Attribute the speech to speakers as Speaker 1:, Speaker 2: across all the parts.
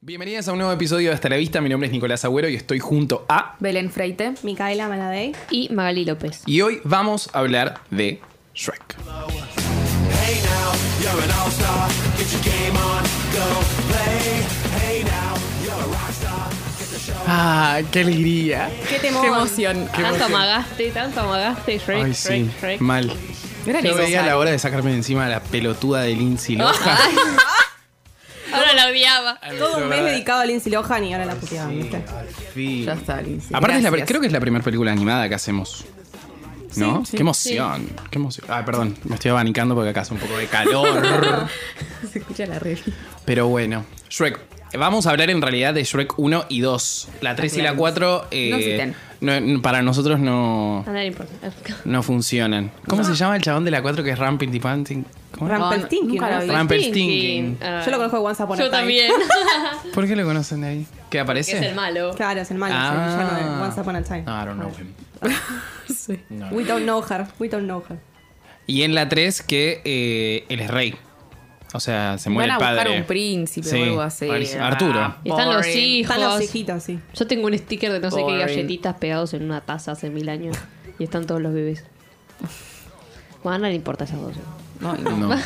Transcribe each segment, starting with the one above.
Speaker 1: Bienvenidos a un nuevo episodio de Hasta la Vista. Mi nombre es Nicolás Agüero y estoy junto a.
Speaker 2: Belén Freite
Speaker 3: Micaela Maladey.
Speaker 2: y Magali López.
Speaker 1: Y hoy vamos a hablar de Shrek.
Speaker 4: Hey now, you're an all-star. Get your game on, go play. Hey now, you're a rock star.
Speaker 1: ¡Ah, qué alegría!
Speaker 2: ¡Qué, temor. emoción! tanto amagaste, tanto amagaste, Shrek,
Speaker 1: Ay,
Speaker 2: Shrek,
Speaker 1: sí,
Speaker 2: Shrek.
Speaker 1: mal.
Speaker 2: Era
Speaker 1: Yo
Speaker 2: necesario.
Speaker 1: veía la hora de sacarme de encima la pelotuda de Lindsay Lohan.
Speaker 2: Ahora la odiaba.
Speaker 3: Todo un mes
Speaker 1: Ay,
Speaker 3: dedicado a Lindsay Lohan y ahora la puteaban, ¿viste?
Speaker 1: al fin.
Speaker 2: Ya está, Lindsay.
Speaker 1: Aparte, es la-
Speaker 2: Gracias.
Speaker 1: creo que es la primera película animada que hacemos. ¿No?
Speaker 2: sí,
Speaker 1: qué emoción, qué emoción. Ah, perdón, me estoy abanicando porque acá hace un poco de calor.
Speaker 2: Se escucha la red.
Speaker 1: Pero bueno, Shrek. Vamos a hablar en realidad de Shrek 1 y 2. La 3 y la 4 eh,
Speaker 2: No existen.
Speaker 1: no- no- para nosotros Ah, no,
Speaker 5: A nadie le importa.
Speaker 1: no funcionan. ¿Cómo se llama el chabón de la 4 que es Rampinty Panting? ¿Cómo era?
Speaker 3: Rumpelstiltskin,
Speaker 2: nunca la
Speaker 3: ¿no?
Speaker 2: vi.
Speaker 1: Rampelstinking.
Speaker 5: Ah,
Speaker 3: Yo lo conozco de Once Upon a
Speaker 5: Yo
Speaker 3: Time.
Speaker 5: también.
Speaker 1: ¿Por qué lo conocen de ahí? ¿Qué aparece?
Speaker 5: que es el malo.
Speaker 3: Claro, es el malo, es el villano de Once Upon a Time.
Speaker 1: Ah, I don't know him. No.
Speaker 3: We don't know her, we don't know her.
Speaker 1: Y en la 3 que eh, él es rey. O sea, se muere
Speaker 2: Van a
Speaker 1: el
Speaker 2: buscar
Speaker 1: padre.
Speaker 2: un príncipe
Speaker 1: Sí,
Speaker 2: o algo así.
Speaker 1: buenísimo. Arturo.
Speaker 2: Ah,
Speaker 5: Y están los
Speaker 2: boring.
Speaker 5: hijos.
Speaker 3: Están los hijitos, sí.
Speaker 5: Yo tengo un sticker de no sé qué
Speaker 2: Boring.
Speaker 5: galletitas pegados en una taza hace mil años. Y están todos los bebés. Bueno, a nadie le importa esas dos. ¿eh?
Speaker 2: No, no.
Speaker 1: No.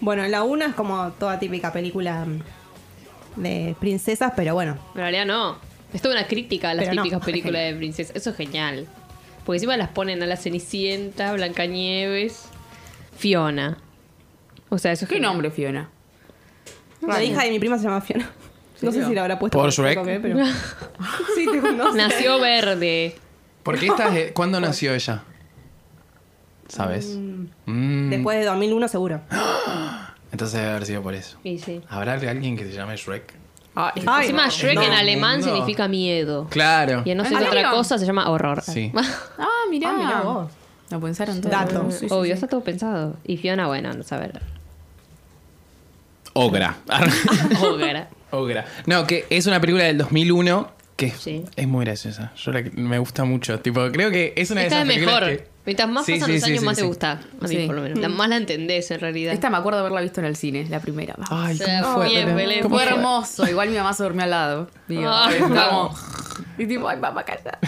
Speaker 3: Bueno, la 1 es como toda típica película mm, de princesas, pero bueno.
Speaker 5: En realidad no. Es toda una crítica a las
Speaker 3: Pero no,
Speaker 5: típicas
Speaker 3: es
Speaker 5: películas
Speaker 3: genial.
Speaker 5: de princesas. Eso es genial. Porque encima las ponen a la Cenicienta, Blancanieves, Fiona. O sea, eso es
Speaker 2: ¿Qué
Speaker 5: genial.
Speaker 2: nombre, Fiona?
Speaker 3: La hija de mi prima se llama Fiona. No sé si la habrá puesto.
Speaker 1: ¿Por
Speaker 3: el
Speaker 1: Shrek?
Speaker 3: toque, pero- Sí, te juro, no sé.
Speaker 5: Nació verde.
Speaker 1: ¿Por qué esta es- ¿Cuándo nació ella? ¿Sabes? Mm.
Speaker 3: Después de 2001 seguro.
Speaker 1: Entonces debe haber sido por eso.
Speaker 5: Y sí.
Speaker 1: ¿Habrá alguien que se llame Shrek?
Speaker 2: Ah, es-
Speaker 3: Ay,
Speaker 5: Encima
Speaker 3: no.
Speaker 5: Shrek
Speaker 1: No,
Speaker 5: en alemán
Speaker 1: no.
Speaker 5: significa miedo.
Speaker 1: Claro.
Speaker 5: Y en no sé
Speaker 2: ¿En
Speaker 5: qué otra
Speaker 2: serio?
Speaker 5: cosa se llama horror.
Speaker 1: Sí.
Speaker 2: ah, mirá.
Speaker 3: Ah, mirá vos.
Speaker 2: Lo pensaron todos.
Speaker 3: Dato. Sí,
Speaker 5: Obvio, está todo pensado. Y Fiona, bueno, no saber.
Speaker 1: Ogra.
Speaker 5: Ógara.
Speaker 1: Ogra. No, que es una película del 2001 que es-
Speaker 5: Sí.
Speaker 1: es muy graciosa. Yo la- me gusta mucho. Tipo, creo que es una
Speaker 5: Esta es
Speaker 1: de esas películas
Speaker 5: mejor.
Speaker 1: que-
Speaker 5: Mientras más
Speaker 1: Sí,
Speaker 5: pasan
Speaker 1: sí,
Speaker 5: los
Speaker 1: sí,
Speaker 5: años,
Speaker 1: sí,
Speaker 5: más
Speaker 1: sí.
Speaker 5: te gusta. A mí,
Speaker 2: Sí.
Speaker 5: por lo menos. La- más la entendés, en realidad.
Speaker 2: Esta me acuerdo de haberla visto en el cine, la primera.
Speaker 1: Ay,
Speaker 5: O sea,
Speaker 1: ¿cómo fue?
Speaker 5: bien,
Speaker 1: Ah, Belén?
Speaker 5: Belén,
Speaker 1: ¿Cómo
Speaker 2: Fue
Speaker 1: fue?
Speaker 2: hermoso. Igual mi mamá se durmió al lado. Digo,
Speaker 5: Ah.
Speaker 2: vamos. Y tipo, ay, papá, calla.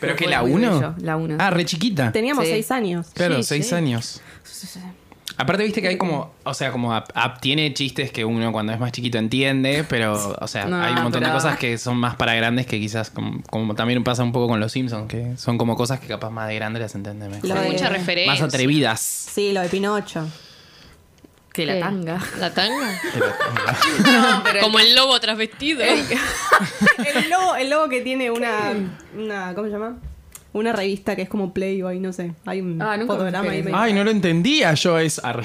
Speaker 1: Pero que
Speaker 2: fue
Speaker 1: la
Speaker 2: muy
Speaker 1: 1.
Speaker 2: bello, la uno.
Speaker 1: Ah, re chiquita.
Speaker 3: Teníamos
Speaker 2: Sí.
Speaker 3: 6 años.
Speaker 1: Claro,
Speaker 2: Sí,
Speaker 1: seis
Speaker 2: sí.
Speaker 1: años. Aparte, viste que hay como, o sea, como ap- ap- tiene chistes que uno cuando es más chiquito entiende, pero, o sea,
Speaker 2: No,
Speaker 1: hay un montón de
Speaker 2: pero-
Speaker 1: cosas que son más para grandes que quizás, como, como también pasa un poco con los Simpsons, que son como cosas que capaz más de grande las entiende mejor.
Speaker 3: Lo
Speaker 5: Hay
Speaker 3: de-
Speaker 5: mucha referencia.
Speaker 1: Más atrevidas.
Speaker 3: Sí, lo de Pinocho.
Speaker 2: Que la
Speaker 5: ¿Qué?
Speaker 2: tanga.
Speaker 5: ¿La tanga?
Speaker 2: No, pero
Speaker 5: Como el lobo trasvestido.
Speaker 3: El lobo, el lobo que tiene una, una. ¿Cómo se llama? Una revista que es como Playboy, no sé. Hay un
Speaker 2: Ah, nunca
Speaker 3: fotograma
Speaker 2: me
Speaker 3: ahí.
Speaker 2: enteré.
Speaker 3: medio-
Speaker 1: Ay, no lo entendía yo, es... arre.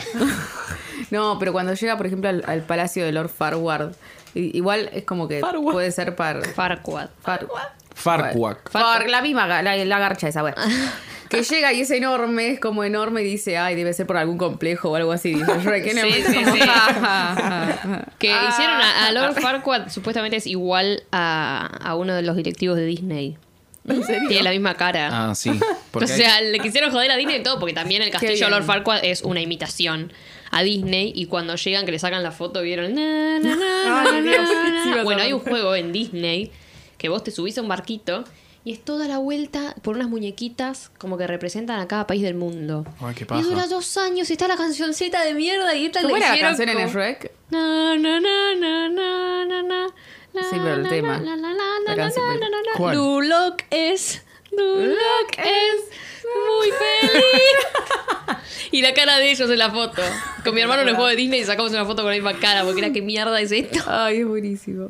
Speaker 2: No, pero cuando llega, por ejemplo, al, al palacio de Lord Farward, i- igual es como que
Speaker 3: Farward.
Speaker 2: puede ser par.
Speaker 5: Farquad.
Speaker 2: Far-
Speaker 1: Farquaad.
Speaker 2: Far- la misma, ga- la, la garcha esa, bueno. Que llega y es enorme, es como enorme y dice, ay, debe ser por algún complejo o algo así. Dice, Shrek, ¿qué
Speaker 5: Sí,
Speaker 2: nombre?
Speaker 5: sí,
Speaker 2: Como,
Speaker 5: sí.
Speaker 2: "Ja, ja, ja, ja".
Speaker 5: Que
Speaker 2: Ah,
Speaker 5: hicieron a, a Lord Farquaad, supuestamente es igual a, a uno de los directivos de Disney. Tiene la misma cara.
Speaker 1: Ah, sí.
Speaker 5: o
Speaker 1: porque hay-
Speaker 5: sea, le quisieron joder a Disney y todo, porque también el castillo
Speaker 2: bien.
Speaker 5: de Lord Farquaad es una imitación a Disney. Y cuando llegan, que le sacan la foto, vieron. "Na, na, na,
Speaker 2: Ay,
Speaker 5: na,
Speaker 2: Dios,
Speaker 5: na,
Speaker 2: sí,
Speaker 5: na".
Speaker 2: sí, vas a
Speaker 5: bueno, hay un
Speaker 2: romper.
Speaker 5: juego en Disney que vos te subís a un barquito y es toda la vuelta por unas muñequitas como que representan a cada país del mundo.
Speaker 1: Ay, qué
Speaker 5: Y
Speaker 1: paja.
Speaker 5: dura dos años y está la cancioncita de mierda y esta
Speaker 2: ¿Cómo
Speaker 5: le
Speaker 2: era la
Speaker 5: hicieron
Speaker 2: canción en el
Speaker 5: como-
Speaker 2: Shrek?
Speaker 5: Na, na, na, na, na, na, na,
Speaker 2: Sí,
Speaker 5: na,
Speaker 2: pero el
Speaker 5: na,
Speaker 2: tema.
Speaker 5: na, na, na,
Speaker 2: La
Speaker 5: na,
Speaker 2: canción,
Speaker 5: na,
Speaker 2: pero-
Speaker 5: na, na.
Speaker 1: ¿Cuál?
Speaker 5: Duloc es. Duloc
Speaker 2: Eh,
Speaker 5: es muy feliz. y la cara de ellos en la foto. Con mi hermano en el juego de Disney y sacamos una foto con la misma cara porque era qué mierda es esto.
Speaker 2: Ay, es buenísimo.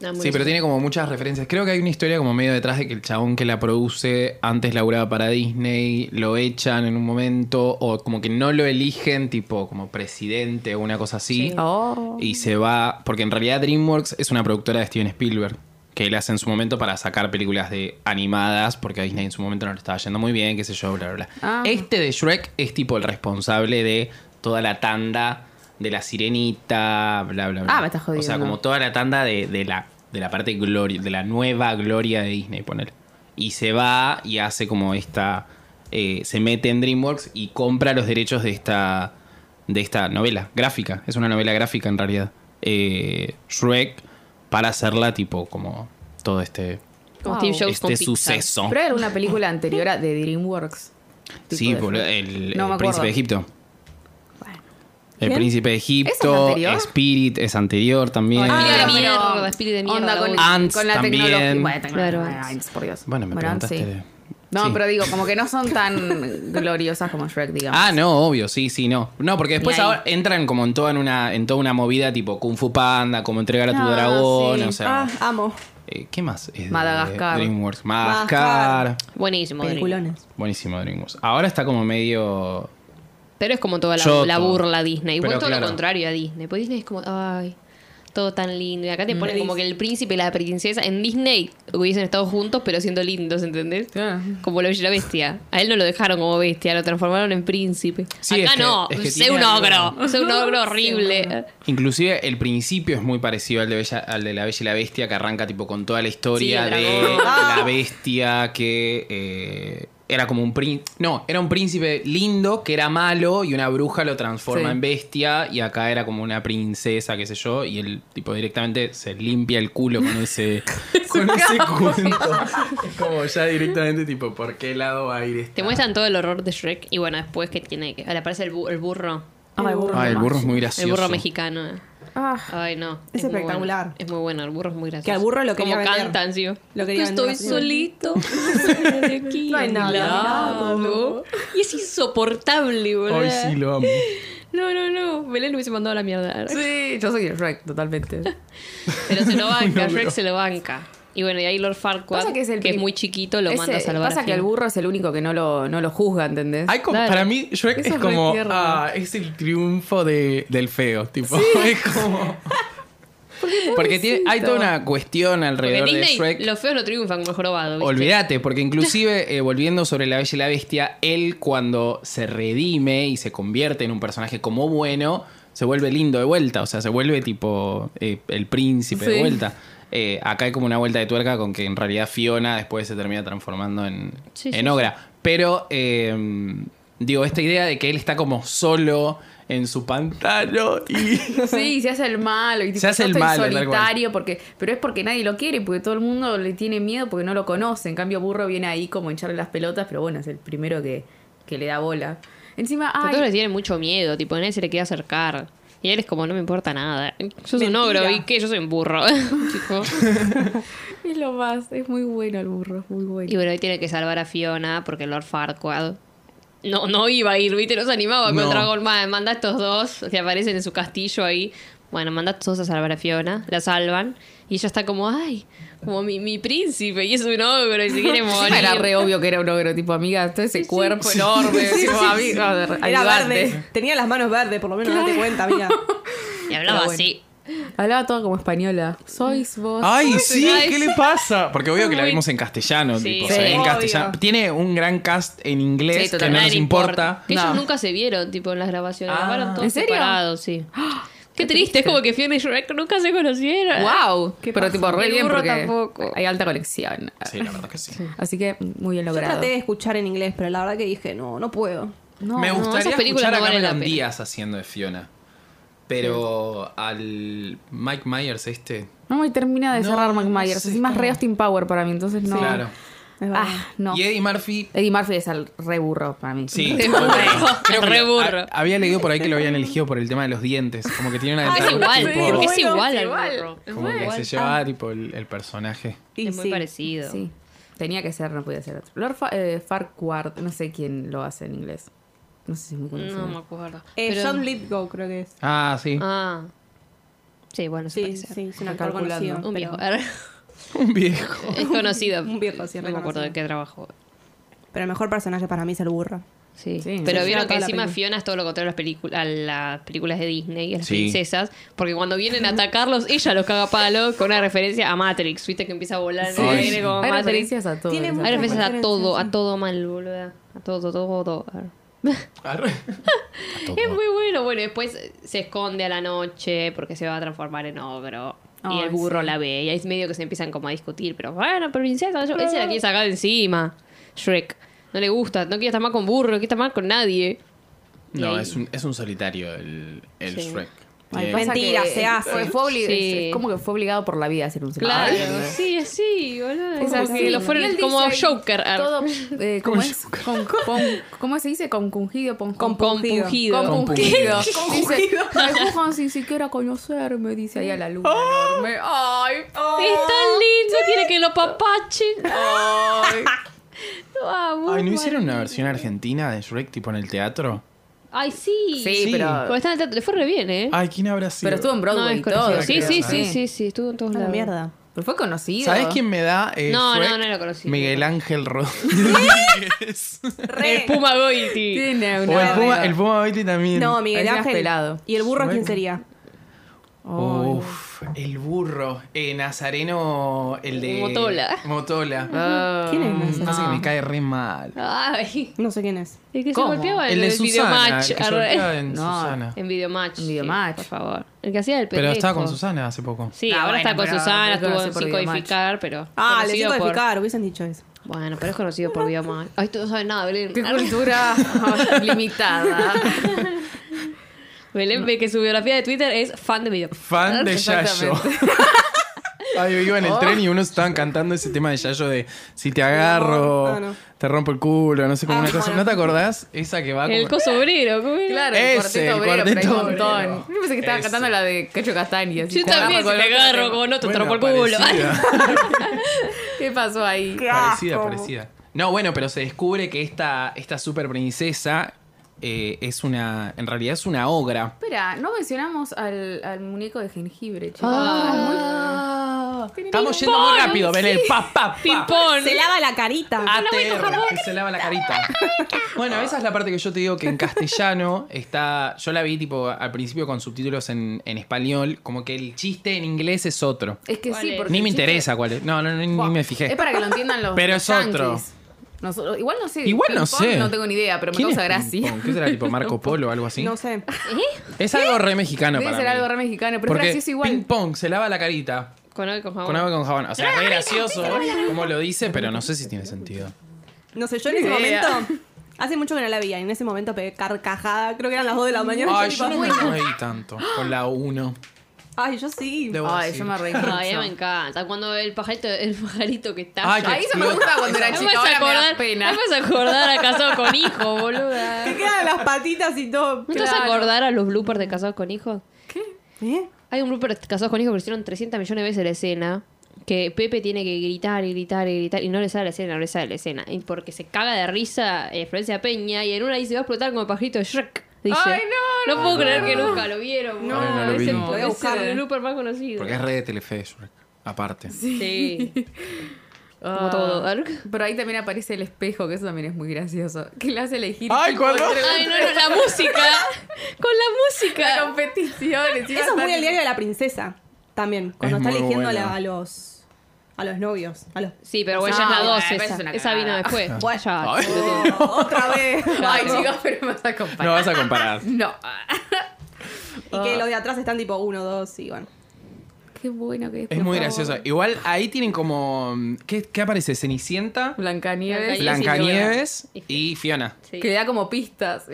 Speaker 5: No, muy
Speaker 1: Sí, pero
Speaker 5: bien.
Speaker 1: tiene como muchas referencias. Creo que hay una historia como medio detrás de que el chabón que la produce antes laburaba para Disney, lo echan en un momento o como que no lo eligen tipo como presidente o una cosa así.
Speaker 2: Oh.
Speaker 1: Y se va, porque en realidad DreamWorks es una productora de Steven Spielberg, que él hace en su momento para sacar películas de animadas, porque a Disney en su momento no le estaba yendo muy bien, qué sé yo, bla, bla, bla.
Speaker 2: Ah.
Speaker 1: Este de Shrek es tipo el responsable de toda la tanda de la sirenita, bla, bla, bla.
Speaker 2: Ah, me estás
Speaker 1: O sea,
Speaker 2: jodiendo.
Speaker 1: como toda la tanda de, de la, de la parte gloria, de la nueva gloria de Disney, poner. Y se va y hace como esta... eh, se mete en DreamWorks y compra los derechos de esta de esta novela gráfica. Es una novela gráfica en realidad. eh, Shrek para hacerla tipo como todo este,
Speaker 5: Como
Speaker 2: Wow.
Speaker 5: Steve Jobs con
Speaker 1: este
Speaker 5: Pixar.
Speaker 1: suceso.
Speaker 2: Pero hay alguna película anterior a de DreamWorks. Tipo
Speaker 1: Sí,
Speaker 2: de-
Speaker 1: boludo, el,
Speaker 2: No
Speaker 1: el
Speaker 2: me acuerdo.
Speaker 1: Príncipe de Egipto. El
Speaker 3: ¿Quién?
Speaker 1: Príncipe de
Speaker 2: ¿Esa es
Speaker 1: Egipto,
Speaker 2: anterior?
Speaker 1: Spirit es anterior también. Eh,
Speaker 5: Ay,
Speaker 2: Ah,
Speaker 5: Espíritu de
Speaker 2: pero-
Speaker 5: mierda, espíritu de mierda,
Speaker 2: onda con,
Speaker 5: boludo.
Speaker 1: Ants
Speaker 2: con la
Speaker 1: también.
Speaker 2: tecnología. Bueno, tecnología,
Speaker 5: Claro,
Speaker 2: bueno,
Speaker 5: Ants.
Speaker 2: Ants, por Dios.
Speaker 1: Bueno, me
Speaker 2: Ants,
Speaker 1: preguntaste
Speaker 2: sí.
Speaker 1: de-
Speaker 2: No,
Speaker 1: sí.
Speaker 2: pero digo, como que no son tan gloriosas como Shrek, digamos.
Speaker 1: Ah, no, obvio, sí, sí, no. No, porque después
Speaker 2: ahí.
Speaker 1: ahora entran como en toda en una, en toda una movida tipo Kung Fu Panda, como entregar a tu
Speaker 3: Ah,
Speaker 1: dragón,
Speaker 3: sí.
Speaker 1: o sea.
Speaker 3: Ah, amo.
Speaker 1: eh, ¿Qué más? es de
Speaker 2: Madagascar.
Speaker 1: DreamWorks.
Speaker 3: Madagascar.
Speaker 1: Madagascar.
Speaker 5: Buenísimo, Dream.
Speaker 3: Peliculones.
Speaker 1: Buenísimo DreamWorks. Ahora está como medio.
Speaker 5: Pero es como toda la,
Speaker 1: Choto.
Speaker 5: la burla Disney. Igual
Speaker 1: Pero
Speaker 5: todo
Speaker 1: claro.
Speaker 5: lo contrario a Disney. Porque Disney es como, ay, todo tan lindo. Y acá te ponen como que el príncipe y la princesa. En Disney hubiesen estado juntos, pero siendo lindos, ¿entendés?
Speaker 2: Ah.
Speaker 5: Como lo de la bestia. A él no lo dejaron como bestia, lo transformaron en príncipe.
Speaker 1: Sí,
Speaker 5: acá
Speaker 1: es que-
Speaker 5: no,
Speaker 1: es que
Speaker 5: sé
Speaker 1: tiene
Speaker 5: un
Speaker 1: algo.
Speaker 5: ogro. Sé un ogro horrible.
Speaker 1: Inclusive el principio es muy parecido al de, Bella- al de La Bella y la Bestia, que arranca tipo con toda la historia
Speaker 5: Sí, el
Speaker 1: de
Speaker 5: dragón. Ah.
Speaker 1: la bestia que eh, era como un príncipe... No, era un príncipe lindo que era malo y una bruja lo transforma
Speaker 2: Sí.
Speaker 1: en bestia y acá era como una princesa, qué sé yo, y el tipo directamente se limpia el culo con ese, con ese cuento. es como ya directamente tipo, ¿por qué lado va a ir
Speaker 5: Te
Speaker 1: este?
Speaker 5: muestran todo el horror de Shrek. Y bueno, después que tiene que. Le aparece el, bu- el burro.
Speaker 2: Ay, burro.
Speaker 1: Ay, el burro es muy gracioso.
Speaker 5: El burro mexicano. eh.
Speaker 3: Ah,
Speaker 5: Ay, no.
Speaker 3: Es
Speaker 5: muy
Speaker 3: espectacular.
Speaker 5: bueno. Es muy bueno, el burro es muy gracioso.
Speaker 3: Que al burro lo quería
Speaker 5: Como
Speaker 3: vender.
Speaker 5: cantan, sí.
Speaker 3: Lo quería vender
Speaker 5: Estoy
Speaker 3: la señora.
Speaker 5: solito. de aquí,
Speaker 3: No hay nada,
Speaker 5: lado.
Speaker 3: no.
Speaker 5: Y es insoportable, boludo.
Speaker 1: Ay, sí, lo amo.
Speaker 5: No, no, no. Belén lo hubiese mandado a la mierda.
Speaker 2: Sí, yo soy el Shrek, totalmente.
Speaker 5: Pero se lo banca, Shrek se lo banca. Y bueno, y ahí Lord Farquaad,
Speaker 2: Pasa
Speaker 5: que es,
Speaker 2: prim-
Speaker 5: muy chiquito, lo
Speaker 2: Ese-
Speaker 5: manda a salvar.
Speaker 2: Pasa
Speaker 5: a
Speaker 2: que el
Speaker 5: Finn.
Speaker 2: burro es el único que no lo, no lo juzga, ¿entendés?
Speaker 1: Hay como-
Speaker 5: Dale.
Speaker 1: para mí, Shrek
Speaker 2: Eso
Speaker 1: es
Speaker 2: es
Speaker 1: como.
Speaker 2: re tierno.
Speaker 1: Ah, es el triunfo de, del feo. Tipo, es como. Porque tiene, hay toda una cuestión
Speaker 5: Porque en
Speaker 1: alrededor de
Speaker 5: Disney
Speaker 1: Shrek.
Speaker 5: los feos no triunfan como jorobado. ¿viste?
Speaker 1: Olvídate, porque inclusive eh, volviendo sobre la Bella y la Bestia, él cuando se redime y se convierte en un personaje como bueno, se vuelve lindo de vuelta, o sea, se vuelve tipo eh, el príncipe
Speaker 2: Sí.
Speaker 1: de vuelta. Eh, acá hay como una vuelta de tuerca con que en realidad Fiona después se termina transformando en,
Speaker 5: Sí,
Speaker 1: en
Speaker 5: sí, sí.
Speaker 1: Ogra. Pero, eh, digo, esta idea de que él está como solo en su pantano y...
Speaker 2: Sí, se hace el malo. Y tipo,
Speaker 1: Se hace
Speaker 2: yo
Speaker 1: el
Speaker 2: estoy
Speaker 1: malo, tal cual.
Speaker 2: solitario porque, pero es porque nadie lo quiere, porque todo el mundo le tiene miedo porque no lo conoce. En cambio, Burro viene ahí como a hincharle las pelotas, pero bueno, es el primero que, que le da bola. Encima,
Speaker 5: Pero todos le
Speaker 2: ay,
Speaker 5: tienen mucho miedo, tipo, nadie se le quiere acercar. Y él es como, no me importa nada. Yo soy un
Speaker 3: Mentira.
Speaker 5: ogro, ¿y qué? Yo soy un burro. Tipo.
Speaker 2: es lo más, es muy bueno el burro, es muy bueno.
Speaker 5: Y bueno, ahí tiene que salvar a Fiona porque Lord Farquaad no, no iba a ir, ¿viste? No se animaba
Speaker 1: No.
Speaker 5: contra Goldman. Manda a estos dos que aparecen en su castillo ahí. Bueno, manda a estos dos a salvar a Fiona. La salvan. Y ella está como, ay, como mi, mi príncipe. Y es un ogro y se quiere morir.
Speaker 2: Encima era re obvio que era un ogro, tipo, amiga, todo ese cuerpo enorme, tipo, amiga, a ver,
Speaker 3: Era
Speaker 2: ayudarte.
Speaker 3: verde. Tenía las manos verdes, por lo menos date cuenta, amiga.
Speaker 5: Y hablaba
Speaker 2: Pero bueno.
Speaker 5: así.
Speaker 2: Hablaba todo como española. Sois vos.
Speaker 1: Ay, sí,
Speaker 5: ay,
Speaker 1: ¿qué
Speaker 5: sí.
Speaker 1: le pasa? Porque obvio que la
Speaker 5: Muy-
Speaker 1: vimos en castellano,
Speaker 5: Sí.
Speaker 1: tipo,
Speaker 5: Sí.
Speaker 1: se ve en
Speaker 3: Obvio.
Speaker 1: castellano. Tiene un gran cast en
Speaker 2: Sí,
Speaker 1: inglés que
Speaker 2: totalmente.
Speaker 1: no
Speaker 5: Nadie
Speaker 1: nos
Speaker 5: le
Speaker 1: importa.
Speaker 5: Que
Speaker 2: No.
Speaker 5: ellos nunca se vieron, tipo, en las grabaciones.
Speaker 1: Ah.
Speaker 5: Grabaron todos
Speaker 2: ¿En serio?
Speaker 5: separados, sí. Qué triste, es como que Fiona y Shrek nunca se conocieron.
Speaker 2: Wow, pero tipo re
Speaker 5: El
Speaker 2: bien
Speaker 5: burro
Speaker 2: porque
Speaker 5: tampoco.
Speaker 2: hay alta conexión.
Speaker 1: Sí, la verdad que sí.
Speaker 2: Así que muy bien
Speaker 3: Yo
Speaker 2: logrado.
Speaker 3: traté de escuchar en inglés, pero la verdad que dije, no, no puedo.
Speaker 2: No,
Speaker 1: Me
Speaker 2: no,
Speaker 1: gustaría
Speaker 5: esas películas
Speaker 1: escuchar a
Speaker 5: no valen la
Speaker 1: Cameron
Speaker 5: pena.
Speaker 1: Díaz haciendo de Fiona. Pero al Mike Myers este.
Speaker 2: No me termina de
Speaker 1: No, no
Speaker 2: cerrar McMyers.
Speaker 1: sé,
Speaker 2: es más
Speaker 1: como-
Speaker 2: re Austin Power para mí, entonces no.
Speaker 1: Claro.
Speaker 3: Es verdad.
Speaker 2: Ah, no.
Speaker 1: Y Eddie Murphy.
Speaker 2: Eddie Murphy es el re burro para mí.
Speaker 1: Sí.
Speaker 5: Re burro.
Speaker 1: Creo que
Speaker 5: Re
Speaker 1: lo-
Speaker 5: burro.
Speaker 1: a- había leído por ahí que lo habían elegido por el tema de los dientes. Como que tiene una
Speaker 5: Ah, Es
Speaker 1: dentadura
Speaker 5: igual,
Speaker 1: tipo-
Speaker 5: porque es
Speaker 3: Bueno,
Speaker 5: igual
Speaker 2: es
Speaker 5: al
Speaker 2: igual.
Speaker 5: burro. Es
Speaker 1: Como
Speaker 5: muy
Speaker 1: que
Speaker 5: igual. Ah.
Speaker 1: se llevaba tipo el, el personaje.
Speaker 3: Y
Speaker 5: es muy
Speaker 3: sí.
Speaker 5: parecido.
Speaker 2: Sí. Tenía que ser, no podía ser otro. Lord Fa- eh, Farquaad, no sé quién lo hace en inglés. No sé si es muy conocido.
Speaker 5: No me acuerdo.
Speaker 3: Eh,
Speaker 5: Pero-
Speaker 3: John Lithgow creo que es.
Speaker 1: Ah, sí.
Speaker 5: Ah. Sí, bueno, se
Speaker 3: Sí,
Speaker 5: parece.
Speaker 3: sí, es un
Speaker 2: Está
Speaker 3: actor
Speaker 2: calculando.
Speaker 3: conocido.
Speaker 5: Un viejo.
Speaker 3: pero,
Speaker 1: Un viejo.
Speaker 5: Es conocido.
Speaker 3: Un viejo, sí,
Speaker 5: No me acuerdo
Speaker 3: reconocido.
Speaker 5: de qué trabajo.
Speaker 3: pero el mejor personaje para mí es el burro.
Speaker 5: Sí.
Speaker 2: Sí.
Speaker 5: Pero
Speaker 3: Sí,
Speaker 5: vieron
Speaker 3: sí,
Speaker 5: que
Speaker 3: toda la
Speaker 5: encima
Speaker 3: película.
Speaker 5: Fiona es todo lo contrario a las, películas a las películas de Disney y a las
Speaker 1: Sí.
Speaker 5: princesas. Porque cuando vienen a atacarlos, ella los caga a palo con una referencia a Matrix. Viste que empieza a volar en
Speaker 1: Sí.
Speaker 5: el
Speaker 1: Ay,
Speaker 5: aire
Speaker 1: sí.
Speaker 5: como
Speaker 2: Hay
Speaker 5: Matrix.
Speaker 2: referencias a todo.
Speaker 3: Tiene
Speaker 2: eso.
Speaker 5: Hay
Speaker 3: muchas
Speaker 5: referencias a
Speaker 3: referencias,
Speaker 5: todo,
Speaker 3: sí.
Speaker 5: a todo mal, boluda. A todo, todo, todo.
Speaker 1: Arre.
Speaker 5: Es muy bueno. Bueno, después eh, se esconde a la noche porque se va a transformar en ogro. y
Speaker 2: Ay,
Speaker 5: el burro
Speaker 2: sí.
Speaker 5: la ve. Y ahí es medio que se empiezan como a discutir. Pero bueno, pero princesa, yo,
Speaker 2: Ah.
Speaker 5: ese la quiere sacar de encima. Shrek. No le gusta. No quiere estar mal con burro, no quiere estar mal con nadie. Y
Speaker 1: No,
Speaker 5: ahí-
Speaker 1: es un, es un solitario el, el
Speaker 5: Sí.
Speaker 1: Shrek.
Speaker 2: Ay,
Speaker 1: Sí.
Speaker 2: pasa
Speaker 6: Mentira,
Speaker 2: que-
Speaker 6: se hace.
Speaker 2: Fue obli-
Speaker 5: Sí.
Speaker 2: es como que fue obligado por la vida a hacer un celular.
Speaker 5: Claro, sí, es sí, boludo.
Speaker 2: Es
Speaker 5: Como
Speaker 2: así.
Speaker 5: que Lo fueron
Speaker 2: Y él
Speaker 5: como ah.
Speaker 2: dice
Speaker 5: Joker. ar-
Speaker 2: Todo, eh, ¿cómo, es? Con- con- ¿Cómo se dice? Conjungido, pon-
Speaker 6: Compungido.
Speaker 5: Compungido.
Speaker 2: Compungido.
Speaker 1: Compungido.
Speaker 2: Dice, me juzgan sin siquiera conocerme, dice ahí a la luna enorme. Ay,
Speaker 5: Es tan lindo, quiere que lo papachen.
Speaker 2: ay.
Speaker 5: Lo amo,
Speaker 1: Ay, ¿no
Speaker 5: Juan.
Speaker 1: hicieron una versión argentina de Shrek tipo en el teatro?
Speaker 5: Ay, sí.
Speaker 2: Sí,
Speaker 1: Sí.
Speaker 5: Cuando
Speaker 2: pero,
Speaker 5: estaba en el teatro, le fue re bien, ¿eh?
Speaker 1: Ay, ¿quién habrá sido?
Speaker 2: pero estuvo en
Speaker 5: No,
Speaker 2: Broadway
Speaker 5: es
Speaker 2: y todo.
Speaker 5: conocido. sí,
Speaker 2: creo.
Speaker 5: sí, sí, sí, sí, estuvo en todos
Speaker 6: La
Speaker 5: lados.
Speaker 6: mierda.
Speaker 2: Pero fue conocido.
Speaker 1: ¿Sabes quién me da? eh,
Speaker 5: No,
Speaker 1: Shrek?
Speaker 5: no, no lo conocí.
Speaker 1: Miguel Ángel Rodríguez.
Speaker 5: El
Speaker 6: Re.
Speaker 5: Puma Goiti.
Speaker 2: Tiene
Speaker 1: o el
Speaker 2: una
Speaker 1: Puma, el Puma Baiti también.
Speaker 6: No, Miguel
Speaker 2: Parecías
Speaker 6: Ángel.
Speaker 2: pelado.
Speaker 6: ¿Y el burro
Speaker 1: Shrek.
Speaker 6: quién sería?
Speaker 1: Uf, el burro. Eh, Nazareno, el de.
Speaker 5: Motola.
Speaker 1: Motola.
Speaker 2: Ah,
Speaker 6: ¿Quién es
Speaker 1: Mm,
Speaker 6: Nazareno?
Speaker 1: Pasa que me cae re mal.
Speaker 5: Ay.
Speaker 6: No sé quién es.
Speaker 5: El que
Speaker 2: ¿Cómo?
Speaker 5: se golpeaba en
Speaker 1: El de Susana.
Speaker 5: videomatch.
Speaker 1: el que se
Speaker 5: arre.
Speaker 1: golpea en
Speaker 2: No,
Speaker 1: Susana.
Speaker 5: En videomatch.
Speaker 2: En
Speaker 5: sí,
Speaker 2: Videomatch.
Speaker 5: por favor. El que hacía el pendejo.
Speaker 1: Pero estaba con Susana hace poco.
Speaker 5: Sí,
Speaker 2: Ah,
Speaker 5: ahora
Speaker 2: bueno,
Speaker 5: está con
Speaker 2: pero
Speaker 5: Susana,
Speaker 2: lo
Speaker 5: estuvo
Speaker 2: conocí
Speaker 5: en
Speaker 2: por
Speaker 5: Sin
Speaker 2: Videomatch.
Speaker 5: Codificar, pero.
Speaker 6: Ah, le
Speaker 5: conocido
Speaker 6: siento
Speaker 5: por-
Speaker 6: codificar, hubiesen dicho eso.
Speaker 5: Bueno, pero es conocido por Videomatch. Ay, tú no sabes nada, Belén.
Speaker 2: Qué cultura limitada.
Speaker 5: Belén ve que su biografía de Twitter es fan de Videomatch.
Speaker 1: Fan de Yayo. Ah, Ay, yo iba en el tren y unos estaban cantando ese tema de Yayo de si te agarro,
Speaker 6: No, ah, no.
Speaker 1: te rompo el culo, no sé cómo
Speaker 6: Ah,
Speaker 1: una cosa.
Speaker 6: bueno.
Speaker 1: ¿No te acordás? Esa que va
Speaker 5: El
Speaker 1: Ah, como-
Speaker 5: coso obrero, ¿cómo era?
Speaker 2: Claro,
Speaker 1: Ese, el
Speaker 2: el cuarteto obrero, pero hay
Speaker 1: Cuarteto
Speaker 2: un montón.
Speaker 1: Obrero.
Speaker 2: Yo pensé que estaba
Speaker 1: Ese.
Speaker 2: cantando la de Cacho Castaña. así,
Speaker 5: Yo
Speaker 2: con-
Speaker 5: también, si
Speaker 2: con
Speaker 5: te
Speaker 2: otro
Speaker 5: agarro,
Speaker 2: tema.
Speaker 5: como no te
Speaker 1: Bueno,
Speaker 5: rompo el culo.
Speaker 1: parecida.
Speaker 2: ¿Qué pasó ahí?
Speaker 1: Parecida, parecida. No, bueno, pero se descubre que esta, esta super princesa eh, es una. En realidad es una ogra.
Speaker 2: Espera, no mencionamos al, al muñeco de jengibre, chicos.
Speaker 5: Ah.
Speaker 1: Estamos yendo muy rápido, Belén. Pa, pa, pa.
Speaker 5: Ping-pong.
Speaker 6: Se lava la carita.
Speaker 1: ATR, que se lava la carita. Bueno, esa es la parte que yo te digo que en castellano está. Yo la vi tipo al principio con subtítulos en, en español, como que el chiste en inglés es otro.
Speaker 2: Es que
Speaker 5: ¿Cuál
Speaker 2: sí,
Speaker 5: es?
Speaker 2: porque.
Speaker 1: Ni
Speaker 2: el
Speaker 1: me
Speaker 2: chiste-
Speaker 1: interesa cuál es. No, no, no, ni me
Speaker 2: Es
Speaker 1: fijé.
Speaker 2: para que lo entiendan los.
Speaker 1: Pero
Speaker 2: los
Speaker 1: es otro.
Speaker 2: yanquis. Nosotros- igual no sé.
Speaker 1: Igual no
Speaker 2: ping-pong
Speaker 1: sé.
Speaker 2: No tengo ni idea, pero me
Speaker 1: ¿Quién
Speaker 2: causa
Speaker 1: es
Speaker 2: gracia.
Speaker 1: Pimpón? ¿Qué será tipo Marco Polo o algo así?
Speaker 6: No sé.
Speaker 1: es algo re mexicano
Speaker 2: Debe
Speaker 1: Ah, para
Speaker 2: ser
Speaker 1: mí.
Speaker 2: algo re mexicano, pero
Speaker 1: Porque
Speaker 2: es gracioso igual.
Speaker 1: Ping pong, se lava la carita.
Speaker 5: Con algo con jabón.
Speaker 1: Con agua y con jabón. O sea, es re gracioso como lo dice, pero no sé si tiene sentido.
Speaker 6: No sé, yo en ese
Speaker 2: Ni idea.
Speaker 6: momento. Hace mucho que no la veía y en ese momento pegué carcajada. Creo que eran las 2 de la mañana.
Speaker 1: Ay,
Speaker 6: tipo,
Speaker 1: yo no me reí tanto con la 1.
Speaker 6: Ay, yo sí.
Speaker 1: Debo
Speaker 2: Ay,
Speaker 1: decir.
Speaker 2: yo me reí.
Speaker 5: Ay, a mí me
Speaker 2: mucho.
Speaker 5: encanta. Cuando el pajarito, el pajarito que está.
Speaker 1: Ay, que
Speaker 2: Ahí se me
Speaker 1: explota.
Speaker 2: gusta cuando era
Speaker 5: me
Speaker 2: chica.
Speaker 5: vas a
Speaker 2: Ahora me
Speaker 5: acordar.
Speaker 2: da pena.
Speaker 5: Me vas a acordar a Casado con Hijo, boluda.
Speaker 6: Te quedan las patitas y todo.
Speaker 5: ¿No te vas a acordar a los bloopers de Casados con Hijos?
Speaker 6: ¿Eh?
Speaker 5: Hay un blooper de Casados con Hijos que hicieron 300 millones de veces la escena. Que Pepe tiene que gritar y gritar y gritar y no le sale la escena, no le sale la escena. Y porque se caga de risa eh, Florencia Peña y en una dice va a explotar como el pajarito de Shrek. Dice.
Speaker 2: Ay, no, no,
Speaker 5: No puedo creer
Speaker 2: no.
Speaker 5: que nunca lo vieron.
Speaker 1: No,
Speaker 5: boluda.
Speaker 1: no lo
Speaker 5: es
Speaker 1: vi.
Speaker 5: el,
Speaker 1: Lo voy
Speaker 6: a
Speaker 5: es
Speaker 6: buscar,
Speaker 5: el
Speaker 6: eh.
Speaker 5: blooper más conocido.
Speaker 1: Porque es re de Telefe, Shrek. Aparte.
Speaker 5: Sí. Como
Speaker 2: Ah,
Speaker 5: todo.
Speaker 2: Pero ahí también aparece el espejo, que eso también es muy gracioso. Que le hace elegir.
Speaker 1: Ay,
Speaker 2: tipo,
Speaker 1: cuando-
Speaker 2: entre-
Speaker 5: Ay, no, no, la música. Con la
Speaker 2: La
Speaker 5: música.
Speaker 2: competición. encima
Speaker 6: Eso es
Speaker 2: está-
Speaker 6: muy el diario de la princesa. También. Cuando
Speaker 1: Es
Speaker 6: está
Speaker 1: muy
Speaker 6: eligiendo a,
Speaker 1: bueno.
Speaker 6: la- a los. A los novios. A los.
Speaker 5: Sí, pero bueno,
Speaker 2: No,
Speaker 5: ya es la
Speaker 2: bueno,
Speaker 5: 2
Speaker 2: me parece
Speaker 5: esa.
Speaker 2: una
Speaker 5: Esa vino
Speaker 2: cagada.
Speaker 5: después. Ya.
Speaker 1: Ay.
Speaker 6: Otra vez.
Speaker 2: Ay, chicos, pero me vas a comparar.
Speaker 1: No vas a comparar.
Speaker 2: No. Ah,
Speaker 6: Y que los de atrás están tipo 1, 2 y bueno.
Speaker 2: Qué bueno que es.
Speaker 1: Es muy gracioso. Igual ahí tienen como. ¿Qué, qué aparece? Cenicienta,
Speaker 2: Blancanieves.
Speaker 1: Blancanieves
Speaker 5: y
Speaker 1: y Fiona.
Speaker 5: Sí.
Speaker 2: Que da como pistas.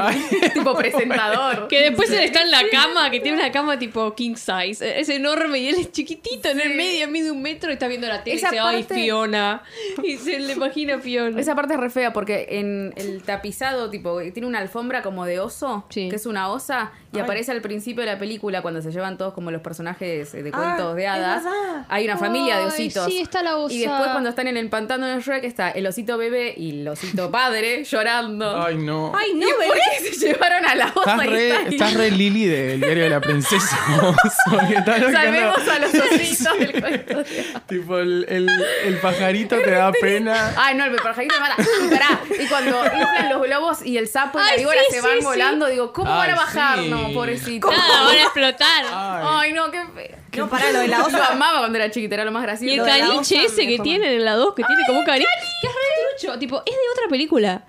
Speaker 2: tipo presentador.
Speaker 5: Que después él está en la cama, que tiene una cama tipo king size. Eh, Es enorme y él es chiquitito en el medio, mide un metro y está viendo la tele
Speaker 2: Esa
Speaker 5: y dice, ay,
Speaker 2: parte-
Speaker 5: Fiona. Y se le imagina a Fiona.
Speaker 2: Esa parte es re fea porque en el tapizado, tipo, tiene una alfombra como de oso,
Speaker 5: Sí.
Speaker 2: que es una osa, y aparece al principio de la película cuando se llevan todos como los personajes eh, de
Speaker 6: Ah,
Speaker 2: cuentos de
Speaker 6: es
Speaker 2: hadas.
Speaker 6: verdad.
Speaker 2: Hay una familia de
Speaker 5: Ay,
Speaker 2: ositos.
Speaker 5: sí, está la
Speaker 2: Y
Speaker 5: osa.
Speaker 2: después cuando están en el pantano de Shrek está el osito bebé y el osito padre llorando.
Speaker 1: Ay, no.
Speaker 6: Ay, no,
Speaker 2: ¿Y por
Speaker 6: bebé.
Speaker 2: qué se llevaron a la osa
Speaker 1: Estás
Speaker 2: y
Speaker 1: re,
Speaker 2: está ahí?
Speaker 1: estás re Lili del diario de la princesa. Oso, que estás
Speaker 2: Salvemos
Speaker 1: buscando-
Speaker 2: a los ositos del cuento.
Speaker 1: Tipo, el, el, el pajarito te da pena.
Speaker 2: Ay, no, el pajarito me mata. Y pará, y cuando inflan los globos y el sapo y la
Speaker 5: Ay,
Speaker 2: víbora
Speaker 5: sí,
Speaker 2: se
Speaker 5: sí,
Speaker 2: van
Speaker 5: sí.
Speaker 2: volando, digo, ¿cómo van a
Speaker 1: Ay,
Speaker 2: bajar?
Speaker 1: sí.
Speaker 2: No, pobrecito.
Speaker 5: Nada, van a explotar.
Speaker 1: Ah.
Speaker 2: Ay, no, qué feo.
Speaker 6: No, pará, lo de la
Speaker 2: Yo
Speaker 6: osa.
Speaker 2: amaba cuando era chiquita, era lo más gracioso.
Speaker 5: Y el
Speaker 6: Lo de la
Speaker 5: caniche
Speaker 6: osa
Speaker 5: ese
Speaker 6: me
Speaker 5: que
Speaker 6: fue
Speaker 5: tienen en la 2, que tiene como un caniche. Que es re trucho. Tipo, es de otra película.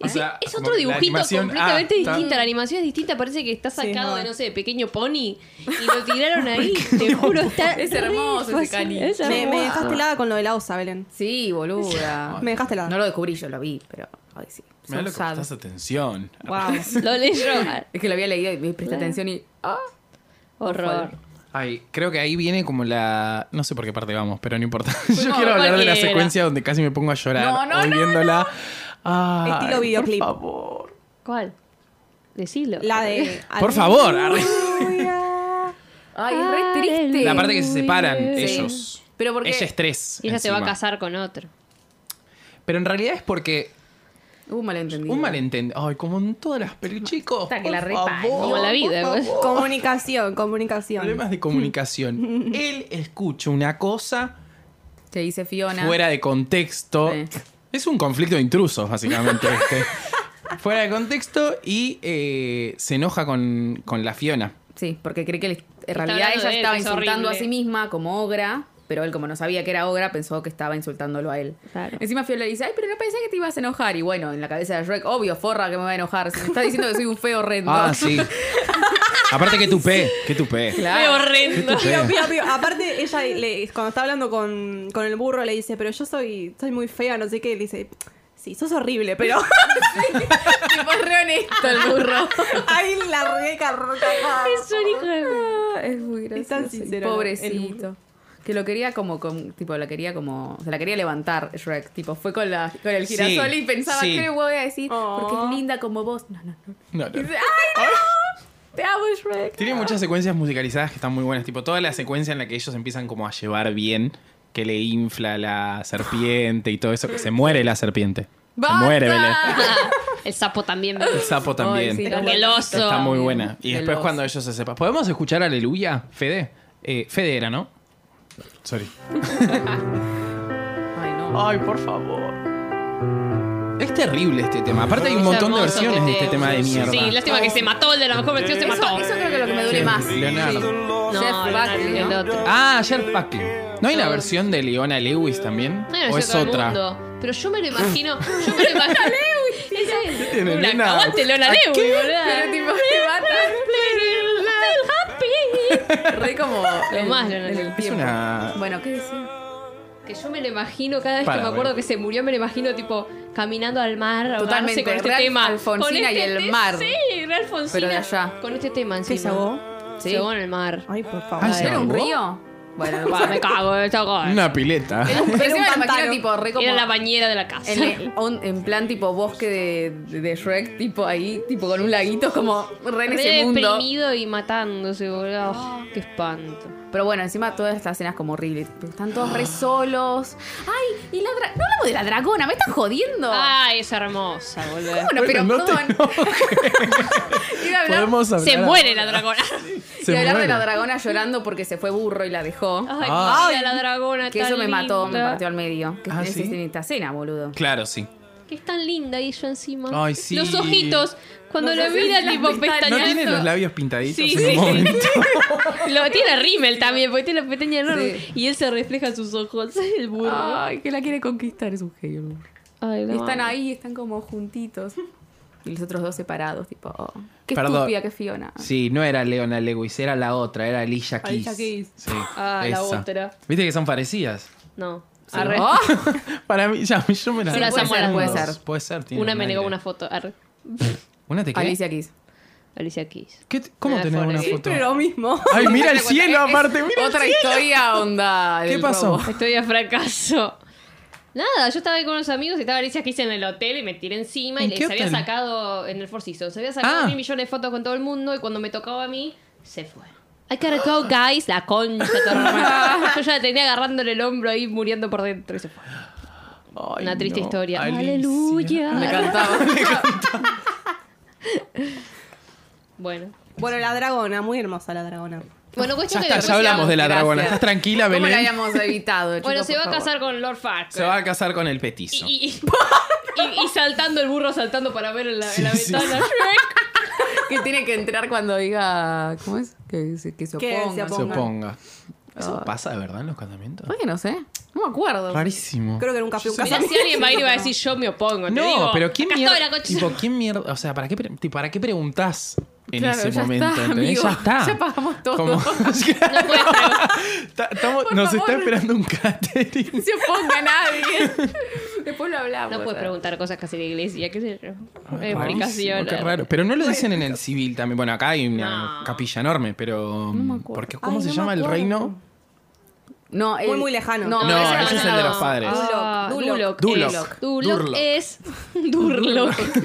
Speaker 1: O sea,
Speaker 5: es
Speaker 1: como
Speaker 5: otro
Speaker 1: que la
Speaker 5: dibujito
Speaker 1: animación-
Speaker 5: completamente
Speaker 1: ah, está-
Speaker 5: distinta. La animación es distinta, parece que está sacado
Speaker 3: verdad.
Speaker 5: de, no sé, de pequeño pony y lo tiraron ahí. Te juro, está.
Speaker 2: Es hermoso ese
Speaker 5: re fácil,
Speaker 2: cani.
Speaker 5: es
Speaker 6: Me, me
Speaker 5: hermoso.
Speaker 6: dejaste helada con lo de la osa, Belén.
Speaker 2: Sí, boluda.
Speaker 6: Me dejaste helada.
Speaker 2: No lo descubrí, yo lo vi, pero. Ay, sí.
Speaker 1: Mirá
Speaker 2: Son
Speaker 1: lo que
Speaker 2: sad.
Speaker 1: prestás atención.
Speaker 6: Wow.
Speaker 5: Lo leyó. Ah,
Speaker 2: Es que lo había leído y me presté atención y. ¡Ah!
Speaker 5: Horror.
Speaker 1: Ay, creo que ahí viene como la. No sé por qué parte vamos, pero no importa. Yo
Speaker 5: No,
Speaker 1: quiero hablar de la
Speaker 5: cualquiera.
Speaker 1: secuencia donde casi me pongo a llorar.
Speaker 2: No, no,
Speaker 1: hoy
Speaker 2: no,
Speaker 1: viéndola. Ay,
Speaker 6: Estilo videoclip.
Speaker 1: Por favor.
Speaker 5: ¿Cuál? Decilo.
Speaker 6: La de.
Speaker 1: Por favor. arre.
Speaker 2: ¡Ay, es re triste!
Speaker 1: La parte que se separan
Speaker 5: Sí.
Speaker 1: ellos.
Speaker 2: Pero porque-
Speaker 1: Ella es tres.
Speaker 5: Y ella se va a
Speaker 1: encima.
Speaker 5: casar con otro.
Speaker 1: Pero en realidad es porque
Speaker 2: Hubo un malentendido.
Speaker 1: un malentendido. Ay, como en todas las películas, chicos.
Speaker 2: Hasta que
Speaker 1: por
Speaker 2: la repa-
Speaker 1: favor,
Speaker 5: Como la vida,
Speaker 1: por
Speaker 5: vos.
Speaker 1: favor.
Speaker 6: Comunicación, comunicación.
Speaker 1: Problemas de comunicación. Él escucha una cosa
Speaker 2: Te dice Fiona.
Speaker 1: fuera de contexto.
Speaker 2: Sí.
Speaker 1: Es un conflicto de intrusos, básicamente. este. Fuera de contexto y eh, se enoja con, con la Fiona.
Speaker 2: Sí, porque cree que le- en realidad
Speaker 5: hablando
Speaker 2: ella
Speaker 5: de él,
Speaker 2: estaba
Speaker 5: que es
Speaker 2: insultando a
Speaker 5: horrible.
Speaker 2: sí misma como ogra, pero él como no sabía que era ogra, pensó que estaba insultándolo a él.
Speaker 5: Claro.
Speaker 2: Encima Fiona le dice, ay, pero no pensé que te ibas a enojar. Y bueno, en la cabeza de Shrek, obvio, forra que me va a enojar. Si me está diciendo que soy un feo horrendo.
Speaker 1: Ah, sí. Aparte que tupé, que tupé.
Speaker 5: Qué
Speaker 2: Claro.
Speaker 1: Que
Speaker 5: horrendo.
Speaker 1: tupé.
Speaker 6: Pío, pío. Aparte, ella le- cuando está hablando con, con el burro le dice, pero yo soy, soy muy fea, no sé qué. Le dice, sí, sos horrible, pero
Speaker 2: Tipo, es re honesto el burro.
Speaker 6: ahí la reca
Speaker 5: Es un hijo de puta.
Speaker 2: Ah, es muy gracioso.
Speaker 6: tan sincero,
Speaker 2: y
Speaker 6: ¿no?
Speaker 2: Pobrecito. Que lo quería como, con- tipo, la quería como, se la quería levantar Shrek, tipo, fue con, la, con el
Speaker 1: Sí,
Speaker 2: girasol y pensaba,
Speaker 1: sí.
Speaker 2: ¿qué le voy a decir?
Speaker 6: Oh.
Speaker 2: Porque es linda como vos. No, no, no.
Speaker 1: No, no.
Speaker 2: Y dice, ¡ay, no! Te amo, Shrek.
Speaker 1: Tiene muchas secuencias musicalizadas que están muy buenas. Tipo, toda la secuencia en la que ellos empiezan como a llevar bien, que le infla la serpiente y todo eso, que se muere la serpiente. Se
Speaker 2: ¡Basta!
Speaker 1: muere, Belén.
Speaker 5: El sapo también.
Speaker 1: El sapo también.
Speaker 2: sí,
Speaker 5: Como el oso.
Speaker 1: Está muy buena. Y
Speaker 2: El
Speaker 1: después
Speaker 2: oso.
Speaker 1: cuando ellos se sepan. ¿Podemos escuchar Aleluya, Fede? Eh, Fede era, ¿no? Sorry.
Speaker 2: Ay, no.
Speaker 1: Ay, por favor. Es terrible este tema. Aparte hay un
Speaker 5: Es
Speaker 1: montón de
Speaker 5: hermoso
Speaker 1: versiones de
Speaker 5: te-
Speaker 1: este tema de mierda.
Speaker 5: Sí, lástima que se mató el de la mejor versión, se mató.
Speaker 2: Eso, eso creo que es lo que me duele más.
Speaker 1: Leonardo.
Speaker 5: No,
Speaker 2: Jeff
Speaker 5: el-
Speaker 2: Buckley,
Speaker 5: el
Speaker 2: ¿no?
Speaker 5: otro.
Speaker 1: Ah, Jeff Buckley. ¿No hay una versión de Leona Lewis también?
Speaker 5: No era
Speaker 1: ¿O
Speaker 5: yo
Speaker 1: es
Speaker 5: todo el
Speaker 1: otra?
Speaker 5: mundo, Pero yo me lo imagino. Yo me lo imagino. Esa es
Speaker 1: tiene,
Speaker 5: una
Speaker 1: nena?
Speaker 5: aguante, Lola Lewis, boluda.
Speaker 2: Pero tipo, te mata.
Speaker 5: Feel happy.
Speaker 2: Re como.
Speaker 5: Lo
Speaker 2: el-
Speaker 5: más, Leonardo.
Speaker 2: el
Speaker 5: Es
Speaker 2: tiempo.
Speaker 1: una-
Speaker 2: Bueno, ¿qué decía?
Speaker 5: Que yo me lo imagino, cada vez
Speaker 1: Para,
Speaker 5: que me acuerdo
Speaker 1: bueno.
Speaker 5: que se murió, me lo imagino tipo caminando al mar, ahogarse
Speaker 2: Totalmente,
Speaker 5: con este
Speaker 2: Real
Speaker 5: tema.
Speaker 2: Alfonsina
Speaker 5: Con este
Speaker 2: y el
Speaker 5: te-
Speaker 2: mar.
Speaker 5: Sí, Real Alfonsina.
Speaker 2: Pero de allá.
Speaker 5: Con este tema encima.
Speaker 6: ¿Qué se ahogó?
Speaker 5: Sí.
Speaker 2: Sí.
Speaker 5: Se ahogó en el mar.
Speaker 6: Ay, por favor.
Speaker 1: Ah, ¿se
Speaker 2: ¿Era un
Speaker 1: ahogó?
Speaker 2: río? Bueno,
Speaker 5: Va, me cago, me cago.
Speaker 1: Una pileta.
Speaker 2: Pero
Speaker 6: Era
Speaker 2: sí
Speaker 6: un
Speaker 2: me lo
Speaker 6: pantano.
Speaker 2: imagino tipo re como
Speaker 5: Era la bañera de la casa.
Speaker 2: en, el- on- en plan tipo bosque de, de, de Shrek, tipo ahí, tipo con un laguito como re en
Speaker 5: Re
Speaker 2: ese mundo.
Speaker 5: deprimido y matándose, boludo. Oh, qué espanto.
Speaker 2: Pero bueno, encima todas estas escenas como horribles. Están todos re solos. Ay, y la dra- No hablamos de la dragona, me están jodiendo.
Speaker 5: Ay, es hermosa, boludo.
Speaker 2: bueno, pero
Speaker 1: Bueno, no te
Speaker 2: perdón. Iba a hablar-
Speaker 1: Podemos hablar.
Speaker 5: Se muere la dragona.
Speaker 1: Se
Speaker 2: y hablar
Speaker 1: muere.
Speaker 2: de la dragona llorando porque se fue burro y la dejó.
Speaker 5: Ay,
Speaker 1: Ah.
Speaker 5: mira la dragona.
Speaker 2: que
Speaker 5: tan
Speaker 2: eso me mató, me
Speaker 5: linda.
Speaker 2: partió al medio. Que
Speaker 1: Ah,
Speaker 2: es-
Speaker 1: ¿sí?
Speaker 2: es en esta cena, boludo.
Speaker 1: Claro, sí.
Speaker 5: Que es tan linda y yo encima.
Speaker 1: Ay, sí.
Speaker 5: Los ojitos. Cuando
Speaker 2: Los
Speaker 5: lo mira,
Speaker 2: ojitos,
Speaker 5: tipo
Speaker 2: las pestañas.
Speaker 1: ¿No
Speaker 5: pestañas.
Speaker 1: tiene los labios pintaditos
Speaker 5: Sí,
Speaker 1: en un
Speaker 5: sí.
Speaker 1: momento?
Speaker 5: Lo tiene Rimmel también, porque tiene la pestaña enorme.
Speaker 2: Sí.
Speaker 5: Y él se refleja en sus ojos. El burro.
Speaker 2: Ay, que la quiere conquistar, es un genio. el burro.
Speaker 5: Ay,
Speaker 2: Y
Speaker 5: no.
Speaker 2: están ahí, están como juntitos. Y los otros dos separados, tipo, oh, qué
Speaker 1: Perdón.
Speaker 2: estúpida, qué Fiona.
Speaker 1: Sí, no era Leona Lewis, era la otra, era Alicia Keys.
Speaker 6: Alicia Keys.
Speaker 1: Sí,
Speaker 5: Ah, la otra.
Speaker 1: Viste que son parecidas.
Speaker 5: No.
Speaker 2: Arre.
Speaker 5: Arre.
Speaker 2: Oh,
Speaker 1: Para mí, ya, yo me las
Speaker 5: Sí, las
Speaker 1: puede
Speaker 5: amo
Speaker 1: ser,
Speaker 5: las
Speaker 1: puede
Speaker 5: dos.
Speaker 1: ser. Puede ser, tiene
Speaker 5: Una
Speaker 1: un
Speaker 5: me negó
Speaker 1: aire.
Speaker 5: una foto. Arre.
Speaker 1: ¿Una te qué?
Speaker 2: Alicia Keys.
Speaker 5: Alicia Keys.
Speaker 1: ¿Qué te- ¿Cómo
Speaker 5: Me
Speaker 1: tenés
Speaker 5: pone-
Speaker 1: una
Speaker 5: Sí,
Speaker 1: foto?
Speaker 6: Siempre lo mismo.
Speaker 1: Ay, mira el cielo
Speaker 2: Es- es
Speaker 1: aparte, mira el
Speaker 2: Otra
Speaker 1: cielo.
Speaker 2: historia onda.
Speaker 1: ¿Qué
Speaker 2: del
Speaker 1: pasó?
Speaker 2: robo.
Speaker 5: Estoy a fracaso. Nada, yo estaba ahí con unos amigos y estaba Alicia Keys en el hotel y me tiré encima y
Speaker 1: ¿En qué
Speaker 5: les había
Speaker 1: hotel?
Speaker 5: sacado en el Four Seasons. Se había sacado
Speaker 1: Ah.
Speaker 5: mil millones de fotos con todo el mundo y cuando me tocaba a mí, se fue. I gotta go, guys. La concha. de tu hermana. yo ya la tenía agarrándole el hombro ahí, muriendo por dentro y se fue.
Speaker 1: Ay,
Speaker 5: Una triste
Speaker 1: no,
Speaker 5: historia.
Speaker 1: Alicia.
Speaker 2: Me
Speaker 5: Aleluya.
Speaker 2: cantaba.
Speaker 5: Bueno.
Speaker 6: Bueno, la dragona, muy hermosa la dragona.
Speaker 5: Bueno,
Speaker 1: Ya
Speaker 5: cuestión que
Speaker 1: está, ya
Speaker 5: la
Speaker 1: hablamos de la
Speaker 2: Gracias.
Speaker 1: dragona. ¿Estás tranquila,
Speaker 2: ¿Cómo la
Speaker 1: Belén?
Speaker 2: habíamos evitado, chicos,
Speaker 5: Bueno, se
Speaker 2: por
Speaker 5: va a
Speaker 2: favor?
Speaker 5: casar con Lord Farquaad.
Speaker 1: Se va a casar con el
Speaker 5: Y,
Speaker 1: petizo.
Speaker 5: y, y- y saltando el burro, saltando para ver en la, en la
Speaker 1: Sí, sí,
Speaker 5: ventana.
Speaker 2: Que tiene que entrar cuando diga. ¿Cómo es? Que, se- que se
Speaker 6: Que
Speaker 2: oponga.
Speaker 6: se
Speaker 1: Se
Speaker 6: oponga.
Speaker 1: oponga.
Speaker 5: Ah.
Speaker 1: ¿Eso pasa de verdad en los casamientos?
Speaker 2: ¿Por qué no sé? No me acuerdo.
Speaker 1: Rarísimo.
Speaker 6: Creo que nunca fui a un
Speaker 5: Mira,
Speaker 6: casamiento.
Speaker 5: si alguien va a ir y va a decir yo me opongo. te
Speaker 1: No,
Speaker 5: digo,
Speaker 1: pero ¿quién
Speaker 5: acá
Speaker 1: mierda?
Speaker 5: estoy, la concha-
Speaker 1: tipo, ¿quién mierda? O sea, ¿para qué, pre- tipo, ¿para qué preguntás en
Speaker 2: Claro,
Speaker 1: ese
Speaker 2: ya
Speaker 1: momento?
Speaker 2: está,
Speaker 1: ¿entendés?
Speaker 2: amigo.
Speaker 1: Ya está.
Speaker 2: Ya pagamos todo.
Speaker 1: Como-
Speaker 5: No puedes preguntar.
Speaker 1: Está- estamos-
Speaker 2: Por
Speaker 1: nos
Speaker 2: favor.
Speaker 1: está esperando un catering.
Speaker 2: No se oponga a nadie. Después lo hablamos.
Speaker 5: No puedes preguntar cosas casi de iglesia, qué sé yo.
Speaker 1: Ah, Rarísimo,
Speaker 5: Explicación.
Speaker 1: Qué raro. Pero no lo dicen en el civil también. Bueno, acá hay una
Speaker 5: No.
Speaker 1: capilla enorme, pero. mm, porque, ¿Cómo se llama el reino?
Speaker 2: No, el-
Speaker 6: Muy, muy lejano.
Speaker 2: No,
Speaker 1: No,
Speaker 2: ese
Speaker 1: ese
Speaker 2: no,
Speaker 1: es el de
Speaker 2: no.
Speaker 1: los padres.
Speaker 5: Ah,
Speaker 6: Duloc,
Speaker 5: Duloc.
Speaker 1: Duloc.
Speaker 5: Duloc.
Speaker 1: Durloc.
Speaker 5: Duloc es.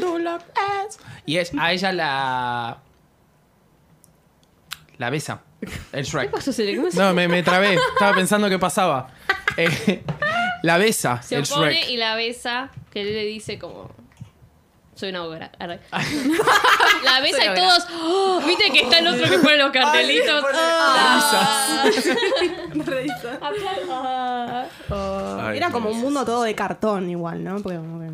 Speaker 5: Durloc.
Speaker 1: Y es, a ella la. La besa. El Shrek.
Speaker 5: ¿Qué pasó, Cele? ¿Cómo se-
Speaker 1: No, me, me trabé. Estaba pensando qué pasaba. Eh, la besa,
Speaker 5: Se
Speaker 1: el
Speaker 5: opone
Speaker 1: Shrek.
Speaker 5: y la besa, que él le dice como... Soy una obra. Arre. la besa
Speaker 2: Soy
Speaker 5: y
Speaker 2: una
Speaker 5: todos... "Oh", Viste que está el otro que pone los cartelitos. Ah. Ah.
Speaker 1: Ay,
Speaker 6: Era como
Speaker 1: Dios.
Speaker 6: un mundo todo de cartón igual, ¿no? Porque como que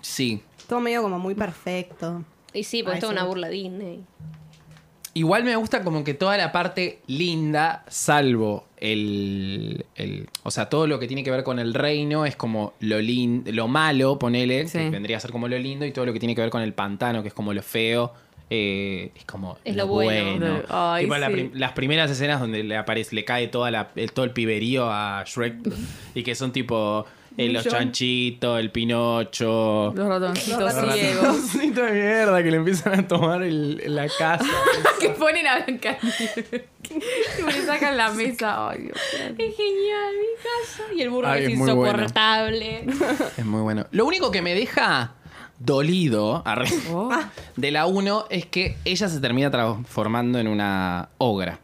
Speaker 1: Sí.
Speaker 6: todo medio como muy perfecto.
Speaker 5: Y sí, porque
Speaker 6: Ay,
Speaker 5: esto es
Speaker 6: sí.
Speaker 5: una burla Disney.
Speaker 1: Igual me gusta como que toda la parte linda, salvo el, el- O sea, todo lo que tiene que ver con el reino es como lo, lin- lo malo, ponele,
Speaker 2: Sí.
Speaker 1: que vendría a ser como lo lindo, y todo lo que tiene que ver con el pantano, que es como lo feo. eh, es como
Speaker 5: Es lo bueno.
Speaker 2: Ay,
Speaker 1: Tipo, la
Speaker 2: sí.
Speaker 1: prim- las primeras escenas donde le aparece, le cae toda la, el- todo el piberío a Shrek y que son tipo eh, los chanchitos, el pinocho,
Speaker 2: Los
Speaker 6: Los
Speaker 2: ratoncitos
Speaker 6: ratoncitos.
Speaker 2: ciegos.
Speaker 1: Ratoncito de mierda que le empiezan a tomar el- la casa.
Speaker 2: que ponen a Blancanieves. que me sacan la mesa. Ay, Dios mío.
Speaker 5: Es genial, mi casa. Y el burro
Speaker 1: Ay,
Speaker 5: es
Speaker 1: es muy bueno.
Speaker 5: insoportable.
Speaker 1: Es muy bueno. Lo único que me deja dolido arre,
Speaker 2: Oh.
Speaker 1: de la 1 es que ella se termina transformando en una ogra.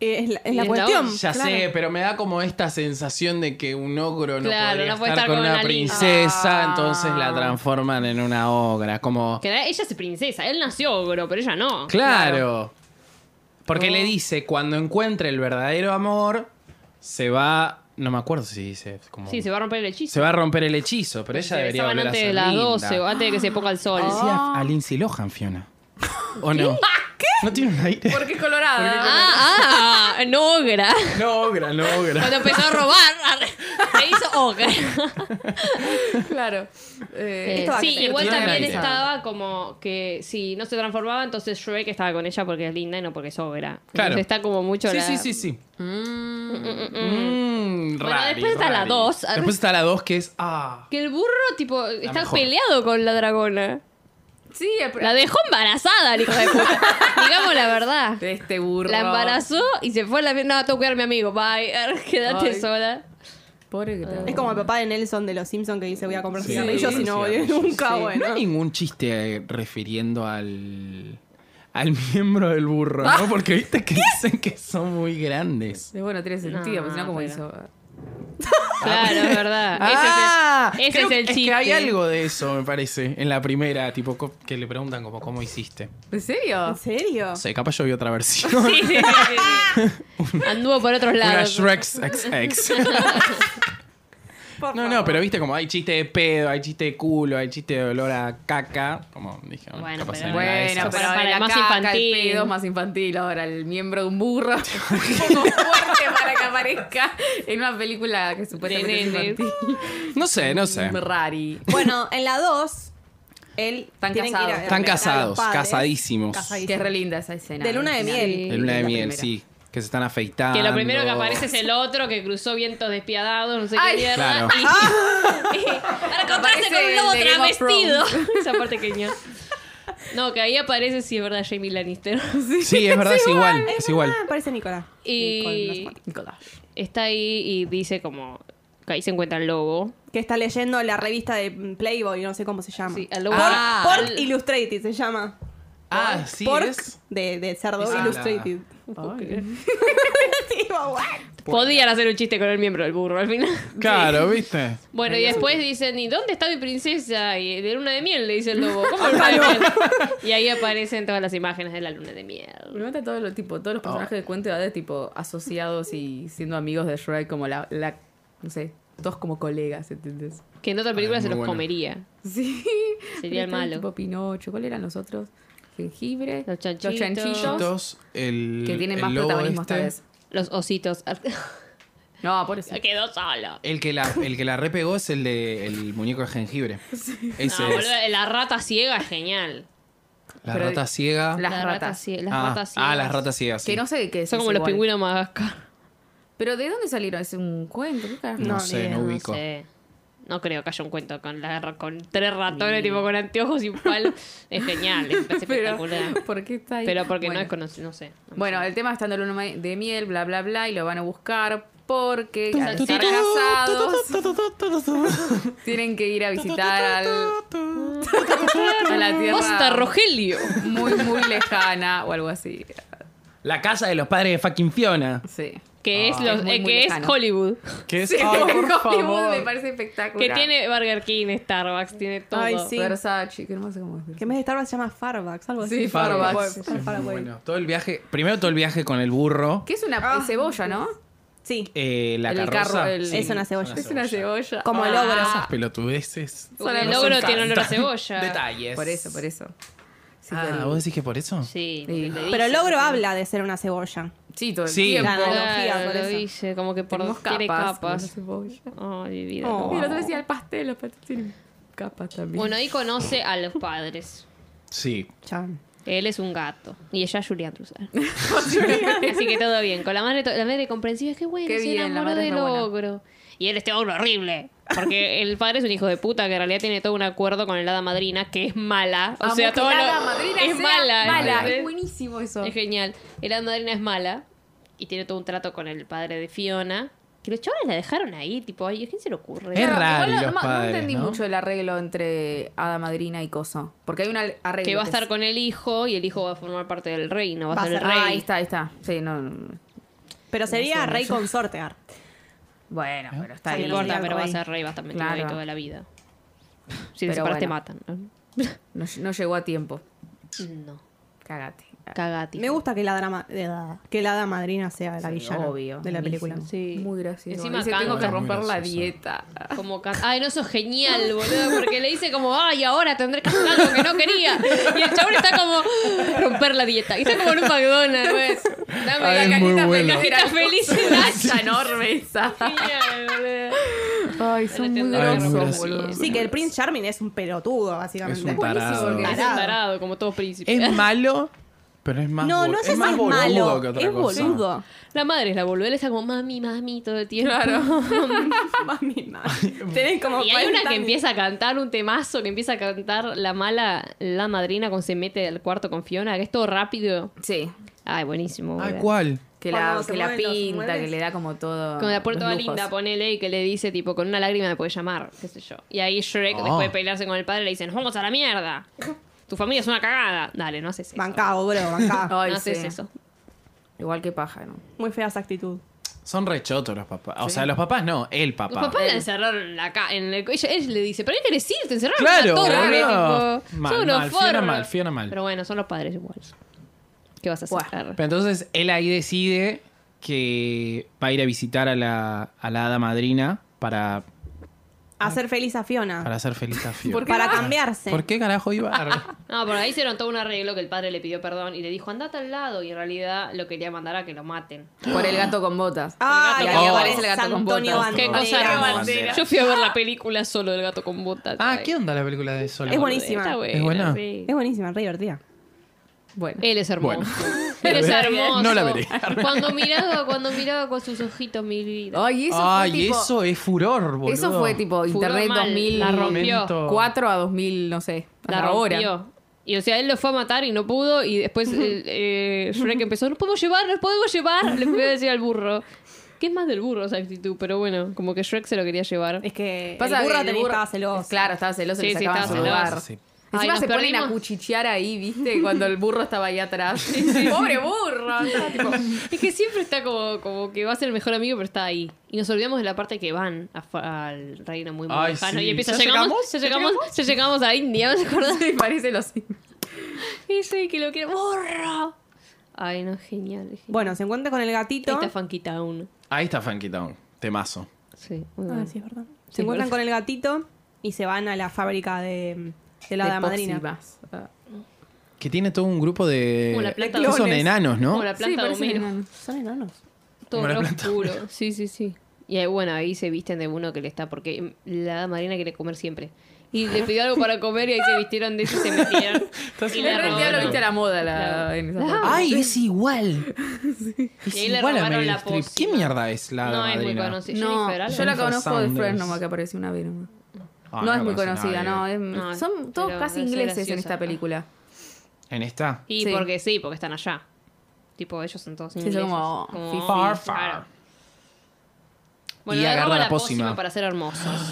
Speaker 6: Eh, es la, es
Speaker 5: Y
Speaker 6: la
Speaker 5: es la
Speaker 6: cuestión.
Speaker 5: olla.
Speaker 1: Ya
Speaker 6: claro.
Speaker 1: sé, pero me da como esta sensación de que un ogro no
Speaker 5: Claro,
Speaker 1: podría
Speaker 5: no puede
Speaker 1: estar,
Speaker 5: estar
Speaker 1: con,
Speaker 5: con
Speaker 1: una
Speaker 5: una linda.
Speaker 1: princesa,
Speaker 2: Ah.
Speaker 1: entonces la transforman en una ogra. Como,
Speaker 5: Que la- ella es princesa. Él nació ogro, pero ella no.
Speaker 1: claro. Porque
Speaker 5: Oh.
Speaker 1: le dice, cuando encuentre el verdadero amor, se va... No me acuerdo si dice como...
Speaker 5: Sí, se va a romper el hechizo.
Speaker 1: Se va a romper el hechizo, pero
Speaker 5: Se
Speaker 1: ella debería
Speaker 5: besaban
Speaker 1: volver a
Speaker 5: antes
Speaker 1: ser
Speaker 5: de las
Speaker 1: linda.
Speaker 5: 12 o antes de que se ponga el sol.
Speaker 2: Ah.
Speaker 1: Parecía Ah. a Lindsay Lohan, Fiona. ¿O no? ¿Qué? ¿No tiene un aire?
Speaker 2: Porque es colorada.
Speaker 5: Ah, ah, no ogra.
Speaker 1: No, ogra, no, ogra.
Speaker 5: Cuando empezó a robar, arre, se hizo ogra.
Speaker 2: claro. Eh,
Speaker 5: Eh,
Speaker 2: esto va a
Speaker 5: sí,
Speaker 2: ser
Speaker 5: igual
Speaker 1: tiene
Speaker 2: divertido.
Speaker 5: también
Speaker 1: una idea.
Speaker 5: estaba como que si no se transformaba, entonces Shrek estaba con ella porque es linda y no porque es ogra.
Speaker 1: Claro.
Speaker 5: Entonces está como mucho
Speaker 1: Sí,
Speaker 5: la- Mm,
Speaker 1: sí, sí, Mm, sí.
Speaker 2: Mm.
Speaker 5: Bueno, después está la dos.
Speaker 1: dos Después está la 2 que es... Ah.
Speaker 5: Que el burro, tipo, está
Speaker 1: mejor.
Speaker 5: peleado con la dragona.
Speaker 2: Sí, el-
Speaker 5: La dejó embarazada, el hijo de puta. Digamos la verdad.
Speaker 2: de este burro.
Speaker 5: La embarazó y se fue a la mierda. No, tengo que cuidar a mi amigo. Bye. Quédate
Speaker 2: Ay.
Speaker 5: sola.
Speaker 2: Pobre
Speaker 5: Ah.
Speaker 2: que te-
Speaker 6: Es como el papá de Nelson de los Simpsons que dice voy a comprar
Speaker 1: Sí.
Speaker 6: cigarrillos y no voy
Speaker 1: Cigarrillos,
Speaker 6: nunca,
Speaker 2: sí.
Speaker 1: No
Speaker 6: bueno.
Speaker 1: hay ningún chiste eh, refiriendo al... Al miembro del burro, ¿no? Porque viste que dicen que son muy grandes.
Speaker 2: Y Bueno, tiene sentido,
Speaker 5: No,
Speaker 2: porque si no, como
Speaker 5: pero-
Speaker 2: hizo.
Speaker 5: Claro, es verdad. Ese es el-
Speaker 1: Ah,
Speaker 5: ese
Speaker 1: creo
Speaker 5: es el,
Speaker 1: que-
Speaker 5: chiste.
Speaker 1: que hay algo de eso, me parece, en la primera, tipo, co- que le preguntan como, ¿cómo hiciste?
Speaker 2: ¿En serio?
Speaker 6: ¿En serio?
Speaker 1: No sé, capaz yo vi otra versión.
Speaker 5: Sí, sí, sí, sí. Anduvo por otros
Speaker 1: Una
Speaker 5: lados.
Speaker 1: Shrek XX. no, no, pero viste como hay chiste de pedo, hay chiste de culo, hay chiste de olor a caca. Como dije, bueno,
Speaker 5: Bueno,
Speaker 1: capaz
Speaker 5: pero-
Speaker 1: en una de
Speaker 2: Bueno,
Speaker 1: esas.
Speaker 2: pero
Speaker 5: Para- para
Speaker 2: la
Speaker 5: el más
Speaker 2: caca,
Speaker 5: infantil.
Speaker 2: El pedo más infantil ahora, el miembro de un burro. un poco fuerte para que aparezca en una película que supuestamente es
Speaker 5: nenes.
Speaker 2: infantil.
Speaker 1: No sé, no sé.
Speaker 2: Rari.
Speaker 6: Bueno, en la 2, él.
Speaker 2: Están
Speaker 6: tienen que ir a-
Speaker 2: casados.
Speaker 6: a
Speaker 1: Están
Speaker 6: ver a los
Speaker 1: casados,
Speaker 6: padres.
Speaker 1: casadísimos.
Speaker 6: Casadísimos.
Speaker 2: Que es re linda esa escena.
Speaker 6: De luna de
Speaker 2: original.
Speaker 6: miel.
Speaker 1: De luna de
Speaker 2: La
Speaker 1: miel,
Speaker 2: primera.
Speaker 1: sí. Que se están afeitando.
Speaker 5: Que lo primero que aparece es el otro que cruzó vientos despiadados, no sé
Speaker 2: Ay.
Speaker 5: qué mierda.
Speaker 1: Claro.
Speaker 5: y- y- para encontrarse
Speaker 2: Aparece
Speaker 5: con
Speaker 2: el
Speaker 5: un lobo
Speaker 2: de Game of
Speaker 5: travestido. Esa parte que ña. No, que ahí aparece, si es verdad, Jamie Lannister.
Speaker 1: Sí, es verdad, es igual.
Speaker 6: Es
Speaker 1: Es igual.
Speaker 6: verdad, Parece Nicolás.
Speaker 5: Y
Speaker 2: Nicolás.
Speaker 5: está ahí y dice como que ahí se encuentra el lobo.
Speaker 6: Que está leyendo la revista de Playboy, no sé cómo se llama.
Speaker 5: Sí, al lobo.
Speaker 6: Pork-
Speaker 5: Ah.
Speaker 6: Pork
Speaker 5: al-
Speaker 6: Illustrated se llama.
Speaker 1: Ah, sí.
Speaker 6: Pork
Speaker 1: es.
Speaker 6: de, de cerdo
Speaker 1: Esa
Speaker 6: Illustrated.
Speaker 5: Podían hacer un chiste con el miembro del burro al final.
Speaker 1: Claro, ¿viste?
Speaker 5: Bueno, y después dicen, ¿y dónde está mi princesa? Y de luna de miel, le dice el lobo. ¿Cómo luna de miel? Y ahí aparecen todas las imágenes de la luna de miel.
Speaker 2: Me encanta todo lo, tipo,
Speaker 1: Ah.
Speaker 2: todos los personajes de cuento de Hades, tipo, asociados y siendo amigos de Shrek, como la, la no sé, todos como colegas, ¿entendés?
Speaker 5: Que en otra película
Speaker 1: Ay,
Speaker 5: se
Speaker 1: muy
Speaker 5: los
Speaker 1: bueno.
Speaker 5: comería.
Speaker 2: Sí.
Speaker 5: Sería el
Speaker 2: Pero estaba
Speaker 5: malo.
Speaker 2: Tipo Pinocho, ¿cuáles eran los otros? jengibre,
Speaker 5: Los chanchitos.
Speaker 2: chanchillos,
Speaker 1: Chitos, el,
Speaker 2: que tienen
Speaker 1: el
Speaker 2: más
Speaker 1: lobo
Speaker 2: protagonismo
Speaker 1: este,
Speaker 2: esta vez.
Speaker 5: Los ositos.
Speaker 2: No, por eso.
Speaker 5: Quedó solo.
Speaker 1: El que la, el que la repegó es el de el muñeco de jengibre. Ese
Speaker 5: No,
Speaker 1: es.
Speaker 5: Ah, boludo, la rata ciega es genial.
Speaker 1: La
Speaker 2: Pero-
Speaker 1: rata ciega.
Speaker 2: Las
Speaker 5: La
Speaker 2: ratas.
Speaker 5: cie- las
Speaker 1: ah,
Speaker 5: ratas ciegas.
Speaker 1: ah, las ratas ciegas. sí.
Speaker 2: Que no sé de qué es.
Speaker 5: Son
Speaker 2: es
Speaker 5: como los
Speaker 2: igual.
Speaker 5: pingüinos de Madagascar.
Speaker 2: Pero ¿de dónde salieron? ¿Es un cuento? ¿Qué carajo?
Speaker 1: No
Speaker 6: No,
Speaker 1: sé,
Speaker 6: ni
Speaker 1: no ubico.
Speaker 5: No sé. No creo que haya un cuento con, la, ra- con tres ratones tipo con anteojos y un palo. Es genial, es
Speaker 2: Pero,
Speaker 5: espectacular. Pero,
Speaker 2: ¿Por qué está ahí?
Speaker 5: porque
Speaker 2: Bueno.
Speaker 5: no es conocido, no sé. no
Speaker 2: Bueno,
Speaker 5: sé.
Speaker 2: el tema está en la luna de miel, bla, bla, bla, y lo van a buscar porque
Speaker 5: Tu,
Speaker 2: al
Speaker 5: tu,
Speaker 2: estar
Speaker 5: tu, tu,
Speaker 2: casados tienen que ir a visitar al, a la
Speaker 5: ¡Basta,
Speaker 2: tierra
Speaker 5: Rogelio!
Speaker 2: muy, muy lejana o algo así.
Speaker 1: La casa de los padres de fucking Fiona.
Speaker 2: Sí.
Speaker 5: Que es,
Speaker 2: Ah.
Speaker 5: los,
Speaker 2: Es muy,
Speaker 5: eh,
Speaker 2: muy
Speaker 5: que es
Speaker 2: lejano.
Speaker 5: Hollywood.
Speaker 1: Que es
Speaker 2: Sí,
Speaker 1: Ay, por
Speaker 2: Hollywood
Speaker 1: favor.
Speaker 2: me parece espectacular.
Speaker 5: Que tiene Burger King, Starbucks, tiene todo.
Speaker 6: Ay, sí.
Speaker 2: Versace, que no sé cómo es.
Speaker 6: Que en vez de Starbucks se llama Farbucks, algo así.
Speaker 2: Sí, Farbucks.
Speaker 6: Bueno,
Speaker 2: Sí,
Speaker 1: Es muy
Speaker 6: Farbucks.
Speaker 1: bueno. Todo el viaje, primero todo el viaje con el burro,
Speaker 2: Que es una
Speaker 5: Ah,
Speaker 2: es cebolla, ¿no?
Speaker 6: Sí,
Speaker 1: eh, la
Speaker 2: El
Speaker 1: carroza.
Speaker 2: carro, el-
Speaker 6: es una cebolla.
Speaker 2: Es una cebolla. Ah,
Speaker 6: Como el logro.
Speaker 1: Ah, Esas pelotudeces.
Speaker 5: Con el
Speaker 1: Nos
Speaker 5: logro tiene olor a
Speaker 1: encantan.
Speaker 5: cebolla.
Speaker 1: Detalles.
Speaker 2: Por eso, por eso. Sí,
Speaker 1: Ah,
Speaker 2: pero-
Speaker 1: ¿vos decís que por eso?
Speaker 5: Sí,
Speaker 2: Sí.
Speaker 5: lo
Speaker 6: Pero
Speaker 5: dice.
Speaker 6: Logro habla de ser una cebolla.
Speaker 2: sí, todo el
Speaker 1: Sí.
Speaker 2: tiempo.
Speaker 6: Claro,
Speaker 5: Claro,
Speaker 6: por
Speaker 5: lo
Speaker 6: eso.
Speaker 5: dice, como que por
Speaker 2: Tenemos
Speaker 5: tiene
Speaker 2: capas. como
Speaker 5: capas.
Speaker 2: una cebolla.
Speaker 5: Ay, mi vida.
Speaker 6: Oh.
Speaker 2: Y
Speaker 5: cómo-
Speaker 2: el otro decía el pastel, los pasteles tienen capas también.
Speaker 5: Bueno, ahí conoce a los padres.
Speaker 1: Sí.
Speaker 6: Chan.
Speaker 5: Él es un gato. Y ella es Julián Trusar. Así que todo bien. Con la madre, to- la madre comprensiva es que bueno,
Speaker 2: Qué
Speaker 5: se
Speaker 2: bien, la
Speaker 5: enamoró
Speaker 2: madre
Speaker 5: de
Speaker 2: es re buena.
Speaker 5: logro. Y él este ogro horrible. Porque el padre es un hijo de puta que en realidad tiene todo un acuerdo con el hada madrina que es mala. O
Speaker 2: Amo
Speaker 5: sea,
Speaker 2: que
Speaker 5: todo
Speaker 2: la
Speaker 5: lo-
Speaker 2: hada madrina
Speaker 5: es
Speaker 2: sea
Speaker 5: mala.
Speaker 2: mala.
Speaker 5: ¿entendés?
Speaker 2: Es buenísimo eso.
Speaker 5: Es genial. El hada madrina es mala y tiene todo un trato con el padre de Fiona. Que los chavales la dejaron ahí, tipo, ay, ¿a quién se le ocurre?
Speaker 1: Es
Speaker 2: Claro,
Speaker 1: raro
Speaker 2: igual
Speaker 1: los
Speaker 2: no, no
Speaker 1: padres,
Speaker 2: entendí
Speaker 1: ¿no?
Speaker 2: mucho el arreglo entre Hada Madrina y Coso. Porque hay un al- arreglo.
Speaker 5: que va a
Speaker 2: es-
Speaker 5: estar con el hijo y el hijo va a formar parte del reino, va, a ser el rey.
Speaker 2: Ah, ahí está, ahí está. Sí, no. no.
Speaker 6: Pero sería rey consorte. ar.
Speaker 2: Bueno, pero está
Speaker 5: No
Speaker 2: ahí.
Speaker 5: importa,
Speaker 6: sería
Speaker 5: pero va a
Speaker 6: rey.
Speaker 5: ser rey, va a estar metido
Speaker 2: Claro.
Speaker 5: ahí toda la vida. Si
Speaker 2: Pero
Speaker 5: te separas te
Speaker 2: bueno.
Speaker 5: matan. ¿no?
Speaker 2: No, no llegó a tiempo.
Speaker 5: No,
Speaker 2: Cagate.
Speaker 1: Ah,
Speaker 5: cagati.
Speaker 6: Me gusta que la, drama, de la- que la hada madrina sea la
Speaker 2: Sí,
Speaker 6: villana
Speaker 2: obvio,
Speaker 6: de la película.
Speaker 5: Sí.
Speaker 2: Muy gracioso.
Speaker 5: Encima
Speaker 2: Dice,
Speaker 5: canta.
Speaker 2: tengo que
Speaker 1: Muy
Speaker 2: romper la
Speaker 1: gracioso.
Speaker 2: dieta.
Speaker 5: Como ca- Ay, no, eso es genial, boludo, porque le dice como, ay, ahora tendré que hacer algo que no quería. Y el chabón está como, romper la dieta. Y está como en un McDonald's, ¿ves? Dame
Speaker 1: Ay,
Speaker 5: la
Speaker 1: es muy
Speaker 5: cajita,
Speaker 1: bueno.
Speaker 5: la cajita feliz. Nacha,
Speaker 2: Está enorme esa.
Speaker 5: Genial, boludo.
Speaker 2: Ay, son muy
Speaker 5: Ay, muy
Speaker 2: grosos,
Speaker 1: gracioso.
Speaker 2: boludo.
Speaker 6: Sí, que el Prince Charming es un pelotudo, básicamente.
Speaker 1: Es un tarado.
Speaker 5: Es un
Speaker 6: Tarado.
Speaker 5: tarado, como todo príncipe.
Speaker 1: Es malo, pero es más
Speaker 6: No,
Speaker 1: bol-
Speaker 6: no sé si es
Speaker 1: más boludo
Speaker 6: malo.
Speaker 1: que otra
Speaker 6: Es
Speaker 1: cosa. Ah,
Speaker 6: boludo.
Speaker 5: La madre es la boluda, él está como, mami, mami, todo el tiempo.
Speaker 6: Mami, mami. Tenés como
Speaker 5: Y hay una
Speaker 6: 40
Speaker 5: que
Speaker 6: mil-
Speaker 5: empieza a cantar un temazo, que empieza a cantar la mala, la madrina cuando se mete al cuarto con Fiona, que es todo rápido.
Speaker 2: Sí.
Speaker 5: Ay, buenísimo.
Speaker 1: Ah,
Speaker 5: boluda.
Speaker 1: ¿cuál?
Speaker 2: Que la,
Speaker 6: Cuando se
Speaker 2: que la
Speaker 6: mueven los
Speaker 2: pinta, que
Speaker 6: muebles.
Speaker 2: le da como todo.
Speaker 5: Con la
Speaker 2: los
Speaker 5: puerta
Speaker 2: lujos.
Speaker 5: linda, ponele, y que le dice, tipo, con una lágrima me puedes llamar, qué sé yo. Y ahí Shrek,
Speaker 1: Oh.
Speaker 5: después de pelearse con el padre, le dice, nos vamos a la mierda. Tu familia es una cagada. Dale, no haces eso.
Speaker 6: Bancado, bro, bancado.
Speaker 2: Ay,
Speaker 5: no haces
Speaker 2: sí.
Speaker 5: eso.
Speaker 2: Igual que pájaro.
Speaker 6: Muy fea esa actitud.
Speaker 1: Son rechotos los papás. O sea, los papás no, el papá.
Speaker 5: Los papás la encerraron en la ca- en el ella, Él le dice, ¿pero qué querés ir? Te encerraron
Speaker 1: Claro,
Speaker 5: en la torre.
Speaker 1: boludo.
Speaker 5: tipo,
Speaker 1: Mal,
Speaker 5: son unos
Speaker 1: mal, Fiona
Speaker 5: forros.
Speaker 1: mal, Fiona mal.
Speaker 5: Pero bueno, son los padres igual. ¿Qué vas a hacer?
Speaker 2: Buah.
Speaker 1: Pero entonces él ahí decide que va a ir a visitar a la, a la hada madrina para,
Speaker 6: Hacer feliz a Fiona.
Speaker 1: para ser feliz a Fiona.
Speaker 6: Para cambiarse.
Speaker 1: ¿Por qué carajo iba a
Speaker 5: No, por ahí hicieron todo un arreglo que el padre le pidió perdón y le dijo, andate al lado. Y en realidad lo quería mandar a que lo maten.
Speaker 2: Por el gato con botas.
Speaker 6: Ah,
Speaker 5: El
Speaker 6: la
Speaker 5: gato
Speaker 6: que
Speaker 1: con-
Speaker 6: aparece el gato con
Speaker 2: Antonio
Speaker 6: Antonio
Speaker 2: Banderas.
Speaker 5: Qué
Speaker 1: Bandera,
Speaker 5: cosa
Speaker 1: bandera.
Speaker 5: romántica. Yo fui a ver la película solo del gato con botas.
Speaker 1: Ah,
Speaker 5: Ay,
Speaker 1: ¿qué onda la película de Sol?
Speaker 6: Es buenísima.
Speaker 5: Está buena.
Speaker 1: ¿Es buena?
Speaker 5: sí.
Speaker 6: Es buenísima, re divertida.
Speaker 2: Bueno.
Speaker 5: Él es hermoso.
Speaker 1: Bueno.
Speaker 5: Él es
Speaker 1: La veré.
Speaker 5: hermoso.
Speaker 1: No la veré.
Speaker 5: Cuando miraba, cuando miraba con sus ojitos mi vida.
Speaker 2: Ay, eso fue
Speaker 1: Ay,
Speaker 2: tipo,
Speaker 1: eso es furor, boludo.
Speaker 2: eso fue tipo internet
Speaker 5: mal, la rompió.
Speaker 2: 2004 a 2000, no sé.
Speaker 5: La
Speaker 2: hasta ahora.
Speaker 5: rompió. Y o sea, él lo fue a matar y no pudo. Y después el, eh, Shrek empezó, no podemos llevar, no podemos llevar. Le empezó a decir al burro. ¿Qué es más del burro esa actitud? Pero bueno, como que Shrek se lo quería llevar.
Speaker 6: Es que
Speaker 2: Pasa
Speaker 6: el burro
Speaker 2: que
Speaker 6: tenía
Speaker 2: burro-
Speaker 6: estaba celoso.
Speaker 2: Claro, estaba celoso
Speaker 5: Sí,
Speaker 2: y le
Speaker 5: sí,
Speaker 2: sacaban
Speaker 5: estaba
Speaker 2: su
Speaker 5: celoso.
Speaker 2: lugar.
Speaker 1: Sí.
Speaker 5: Ay,
Speaker 2: Encima
Speaker 5: nos
Speaker 2: se ponen a
Speaker 5: perdimos.
Speaker 2: cuchichear ahí, ¿viste? Cuando el burro estaba ahí atrás. ¡Pobre burro! O sea, tipo,
Speaker 5: Es que siempre está como, como que va a ser el mejor amigo, pero está ahí. Y nos olvidamos de la parte que van a fu- al reino muy, muy
Speaker 1: Ay,
Speaker 5: lejano.
Speaker 1: sí.
Speaker 5: Y empieza,
Speaker 1: ¿Ya
Speaker 5: llegamos,
Speaker 1: llegamos?
Speaker 5: ya llegamos, ya llegamos a India, ¿no se acuerdan?
Speaker 2: me parece lo simple.
Speaker 5: Ese que lo quiere. ¡Burro! Ay, no, genial. genial.
Speaker 6: Bueno, se encuentra con el
Speaker 5: Ahí
Speaker 6: gatito.
Speaker 2: Este
Speaker 5: está Funky Town.
Speaker 1: Ahí está Funky Town. Temazo.
Speaker 5: Sí, muy
Speaker 6: Ah,
Speaker 5: bueno.
Speaker 6: sí, es verdad.
Speaker 5: Sí,
Speaker 6: Se encuentran
Speaker 5: verdad.
Speaker 6: con el gatito y se van a la fábrica de, de la
Speaker 2: De
Speaker 6: hada madrina.
Speaker 2: pócimas. Ah.
Speaker 1: Que tiene todo un grupo de.
Speaker 5: Como la planta
Speaker 1: Esos son
Speaker 5: de-
Speaker 1: enanos, ¿no?
Speaker 5: Como la
Speaker 2: Sí,
Speaker 5: planta de
Speaker 2: parecen
Speaker 5: Homero.
Speaker 2: enanos.
Speaker 3: Son enanos.
Speaker 5: Todo
Speaker 1: Como la
Speaker 5: re
Speaker 1: planta
Speaker 5: oscuro. Sí, sí, sí. Y ahí, bueno, ahí se visten de uno que le está, porque la hada madrina quiere comer siempre. Y le pidió algo para comer y ahí se vistieron de eso y se metieron.
Speaker 1: Estás
Speaker 5: y,
Speaker 2: Le
Speaker 5: la
Speaker 1: loco.
Speaker 2: robaron,
Speaker 5: robaron,
Speaker 2: viste a la moda la,
Speaker 5: Claro.
Speaker 2: en esa
Speaker 5: Ah,
Speaker 2: parte.
Speaker 1: ¡Ay, es igual! Es
Speaker 5: Y ahí le
Speaker 1: igual a
Speaker 5: robaron
Speaker 1: Meryl
Speaker 5: la
Speaker 1: Streep. ¿Qué
Speaker 5: pócima.
Speaker 1: mierda es la
Speaker 5: No es muy
Speaker 1: madrina?
Speaker 5: conocida.
Speaker 2: No, yo
Speaker 5: Jennifer
Speaker 2: la
Speaker 5: algo.
Speaker 2: conozco de
Speaker 1: Sanders.
Speaker 2: Friends nomás que aparece una vez nomás.
Speaker 1: Ah,
Speaker 2: no
Speaker 1: la
Speaker 2: es muy
Speaker 1: conoce
Speaker 2: conocida,
Speaker 1: nadie.
Speaker 2: no, es-
Speaker 5: No,
Speaker 2: Son todos
Speaker 5: pero
Speaker 2: casi
Speaker 5: debe ser
Speaker 2: ingleses en
Speaker 5: graciosa.
Speaker 2: esta película.
Speaker 1: ¿En esta?
Speaker 5: Y
Speaker 2: Sí.
Speaker 5: porque sí, porque están allá. Tipo, ellos son todos
Speaker 2: son
Speaker 5: ingleses.
Speaker 2: como, fifís.
Speaker 1: Far,
Speaker 5: claro.
Speaker 1: far.
Speaker 5: Bueno,
Speaker 1: Y
Speaker 5: le
Speaker 1: agarra
Speaker 5: roba
Speaker 1: la
Speaker 5: la pócima.
Speaker 1: pócima.
Speaker 5: para ser hermosos.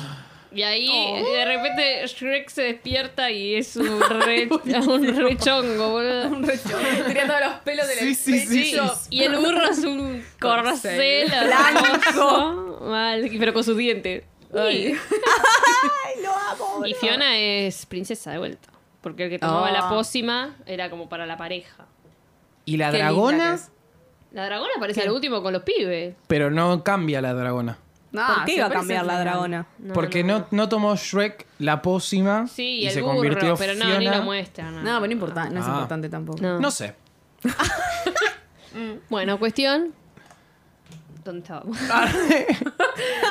Speaker 5: Y ahí
Speaker 2: Oh.
Speaker 5: de repente Shrek se despierta y es un re, un rechongo, boludo.
Speaker 2: Tenía todos los pelos del
Speaker 1: Sí, sí, sí.
Speaker 5: Sí, y el burro es un
Speaker 2: Corcel.
Speaker 5: corcel blanco. Mal, pero con sus dientes. Ay. Y Fiona es princesa de vuelta. Porque el que tomaba
Speaker 2: Ah.
Speaker 5: la pócima era como para la pareja.
Speaker 1: Y la
Speaker 2: Qué linda que
Speaker 1: dragona,
Speaker 2: es.
Speaker 5: La dragona aparece al último con los pibes.
Speaker 1: pero no cambia la dragona.
Speaker 2: No,
Speaker 6: ¿Por qué iba a
Speaker 2: siempre
Speaker 6: cambiar
Speaker 2: es
Speaker 6: la
Speaker 2: el-
Speaker 6: dragona?
Speaker 5: No,
Speaker 1: porque
Speaker 5: no,
Speaker 1: no, no tomó Shrek la pócima
Speaker 5: Sí, y
Speaker 1: y
Speaker 5: el
Speaker 1: se
Speaker 5: burro,
Speaker 1: convirtió
Speaker 5: pero no,
Speaker 1: Fiona.
Speaker 5: ni lo muestra.
Speaker 2: No, pero no, importa, no es
Speaker 1: Ah.
Speaker 2: importante tampoco.
Speaker 5: No.
Speaker 1: No sé.
Speaker 5: Bueno, cuestión. ¿Dónde estábamos?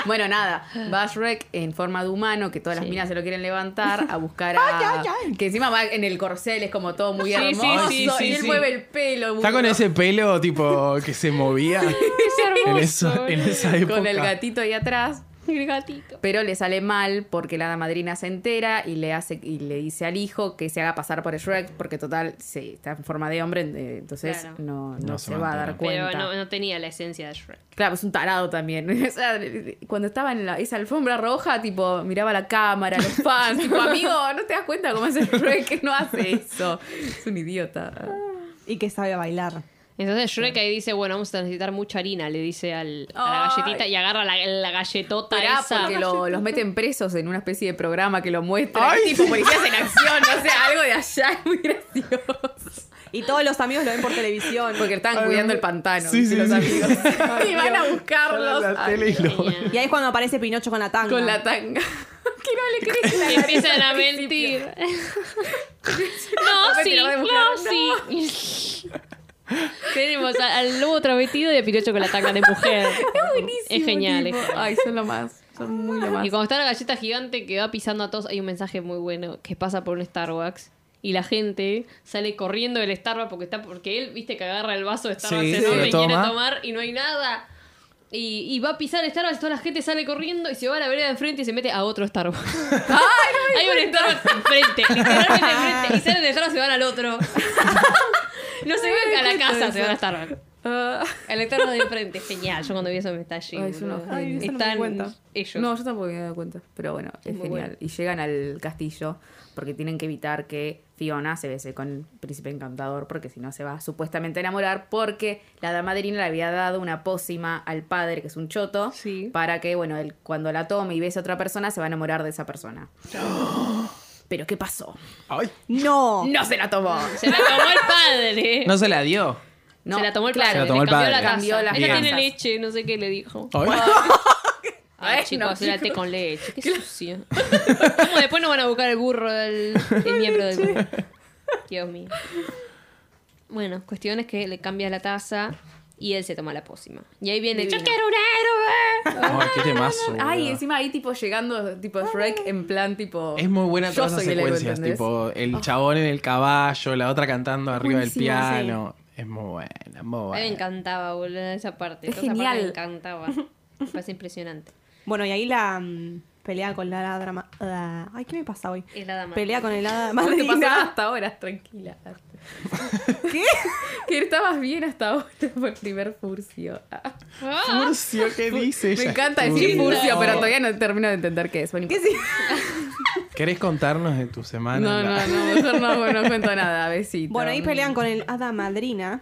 Speaker 2: Bueno, nada, va Shrek en forma de humano, que todas las
Speaker 5: Sí.
Speaker 2: minas se lo quieren levantar a buscar a... Que encima va en el corcel, es como todo muy
Speaker 5: Sí, sí,
Speaker 2: hermoso,
Speaker 5: sí,
Speaker 1: sí,
Speaker 2: y él
Speaker 1: sí.
Speaker 2: mueve el pelo.
Speaker 1: Está con
Speaker 2: burro.
Speaker 1: ese pelo tipo que se movía en, eso- en esa época.
Speaker 2: con el gatito ahí atrás.
Speaker 5: El gatito.
Speaker 2: Pero le sale mal porque la hada madrina se entera y le hace y le dice al hijo que se haga pasar por Shrek porque total sí, está en forma de hombre, eh, entonces
Speaker 5: Claro.
Speaker 2: no, no
Speaker 1: No
Speaker 2: se,
Speaker 1: se
Speaker 2: va a
Speaker 1: mantiene.
Speaker 2: dar cuenta.
Speaker 5: Pero no, no tenía la esencia de Shrek.
Speaker 2: Claro, es un tarado también. O sea, cuando estaba en la- esa alfombra roja, tipo, miraba la cámara, los fans, tipo, amigo, no te das cuenta cómo hace Shrek que no hace eso. Es un idiota.
Speaker 6: Y que sabe bailar.
Speaker 5: Entonces Shrek ahí dice, bueno, vamos a necesitar mucha harina, le dice al, a la
Speaker 2: Ay.
Speaker 5: galletita y agarra la, la galletota
Speaker 2: Pará,
Speaker 5: esa.
Speaker 2: porque lo- los meten presos en una especie de programa que lo muestra.
Speaker 1: Ay.
Speaker 2: tipo, policías en acción, o sea, algo de allá es muy gracioso.
Speaker 6: Y todos los amigos lo ven por televisión.
Speaker 2: Porque estaban
Speaker 1: Ay,
Speaker 2: cuidando
Speaker 1: me-
Speaker 2: el pantano.
Speaker 1: Sí,
Speaker 2: viste,
Speaker 1: sí,
Speaker 2: los
Speaker 1: sí.
Speaker 2: amigos. y van a
Speaker 1: Solo
Speaker 2: buscarlos
Speaker 1: la
Speaker 2: ay,
Speaker 1: tele y lo-
Speaker 5: Genial.
Speaker 6: Y ahí es cuando aparece Pinocho con la tanga.
Speaker 2: con la tanga. que no le crees la
Speaker 5: Y
Speaker 2: nariz
Speaker 5: empiezan a
Speaker 2: al principio.
Speaker 5: mentir. no,
Speaker 2: Me
Speaker 5: sí,
Speaker 2: tiró de
Speaker 5: no,
Speaker 2: mujer,
Speaker 5: sí. Tenemos a- al lobo travestido y a Pinocho con la tanga de mujer. Es
Speaker 2: Buenísimo,
Speaker 5: Es genial. es
Speaker 2: tipo.
Speaker 5: genial.
Speaker 2: Ay, son lo más. Son muy lo más.
Speaker 5: Y cuando está la galleta gigante que va pisando a todos, hay un mensaje muy bueno que pasa por un Starbucks. Y la gente sale corriendo del Starbucks porque está porque él, viste, que agarra el vaso de Starbucks
Speaker 1: Sí,
Speaker 5: enorme
Speaker 1: sí, lo
Speaker 5: y quiere
Speaker 1: toma.
Speaker 5: tomar y no hay nada. Y, y va a pisar el Starbucks, toda la gente sale corriendo y se va a la vereda de enfrente y se mete a otro Starbucks. hay un Starbucks enfrente, literalmente enfrente. Y salen de Starbucks y se van al otro. no se van a la casa, se van a Starbucks.
Speaker 2: Ah.
Speaker 5: El Starbucks de enfrente, genial. Yo cuando vi eso me estallé.
Speaker 2: Ay, es una
Speaker 5: boludo.
Speaker 2: genia. Ay,
Speaker 6: eso no me di
Speaker 5: Están
Speaker 6: cuenta.
Speaker 5: ellos.
Speaker 2: No, yo tampoco me había dado cuenta. Pero bueno, es
Speaker 5: Muy
Speaker 2: genial.
Speaker 5: bueno.
Speaker 2: Y llegan al castillo porque tienen que evitar que Fiona se bese con el príncipe encantador porque si no se va a supuestamente enamorar porque la dama madrina le había dado una pócima al padre, que es un choto,
Speaker 5: Sí.
Speaker 2: para que, bueno, él cuando la tome y bese a otra persona se va a enamorar de esa persona. Pero ¿qué pasó?
Speaker 1: Ay.
Speaker 6: No.
Speaker 2: No se la tomó.
Speaker 5: Se la tomó el padre.
Speaker 1: No se la dio.
Speaker 2: No,
Speaker 5: se la tomó el
Speaker 2: claro,
Speaker 5: padre.
Speaker 1: Se la tomó
Speaker 5: le
Speaker 1: el
Speaker 5: cambió
Speaker 1: padre.
Speaker 5: La
Speaker 2: Cambió
Speaker 5: casa.
Speaker 2: las
Speaker 5: Ella tiene
Speaker 2: casas.
Speaker 5: leche, no sé qué le dijo.
Speaker 1: Ay.
Speaker 5: Ay,
Speaker 2: Ay,
Speaker 5: chicos,
Speaker 2: no,
Speaker 5: era té con leche. Qué sucio. ¿Cómo después no van a buscar el burro, el, el miembro del burro? Dios mío. Bueno, cuestión es que le cambias la taza y él se toma la pócima. Y ahí viene el. ¡Yo quiero un héroe!
Speaker 1: Ay, qué temazo.
Speaker 2: Ay,
Speaker 1: boludo.
Speaker 2: encima ahí tipo llegando tipo Shrek en plan tipo.
Speaker 1: Es muy buena
Speaker 2: yo
Speaker 1: todas esas
Speaker 2: soy el héroe,
Speaker 1: secuencias,
Speaker 2: ¿entendés?
Speaker 1: tipo el chabón en el caballo, la otra cantando arriba del
Speaker 6: Buenísimo,
Speaker 1: piano. Es muy buena, muy
Speaker 5: A mí me
Speaker 1: buena.
Speaker 5: encantaba, boludo, esa parte.
Speaker 2: Es
Speaker 5: Toda esa parte
Speaker 2: genial.
Speaker 5: me encantaba. Me parece impresionante.
Speaker 6: Bueno, y ahí la mm, pelea con la hada drama. ah, ay, ¿qué me pasa hoy?
Speaker 5: Es la dama.
Speaker 6: Pelea con el hada
Speaker 2: No te pasaba
Speaker 6: madrina.
Speaker 2: hasta ahora, tranquila. ¿Qué? que estabas bien hasta ahora por primer furcio. Ah.
Speaker 5: ¡Ah!
Speaker 1: Furcio, ¿qué dice?
Speaker 2: Me
Speaker 1: Ella
Speaker 2: encanta
Speaker 1: es
Speaker 2: decir
Speaker 1: turbia.
Speaker 2: furcio, pero todavía no termino de entender qué es. Bueno,
Speaker 6: ¿Qué sí?
Speaker 1: ¿Querés contarnos de tu
Speaker 2: no,
Speaker 1: semana?
Speaker 2: Ah, no, no, mejor no, no cuento nada, besito.
Speaker 6: Bueno, ahí pelean con el hada madrina.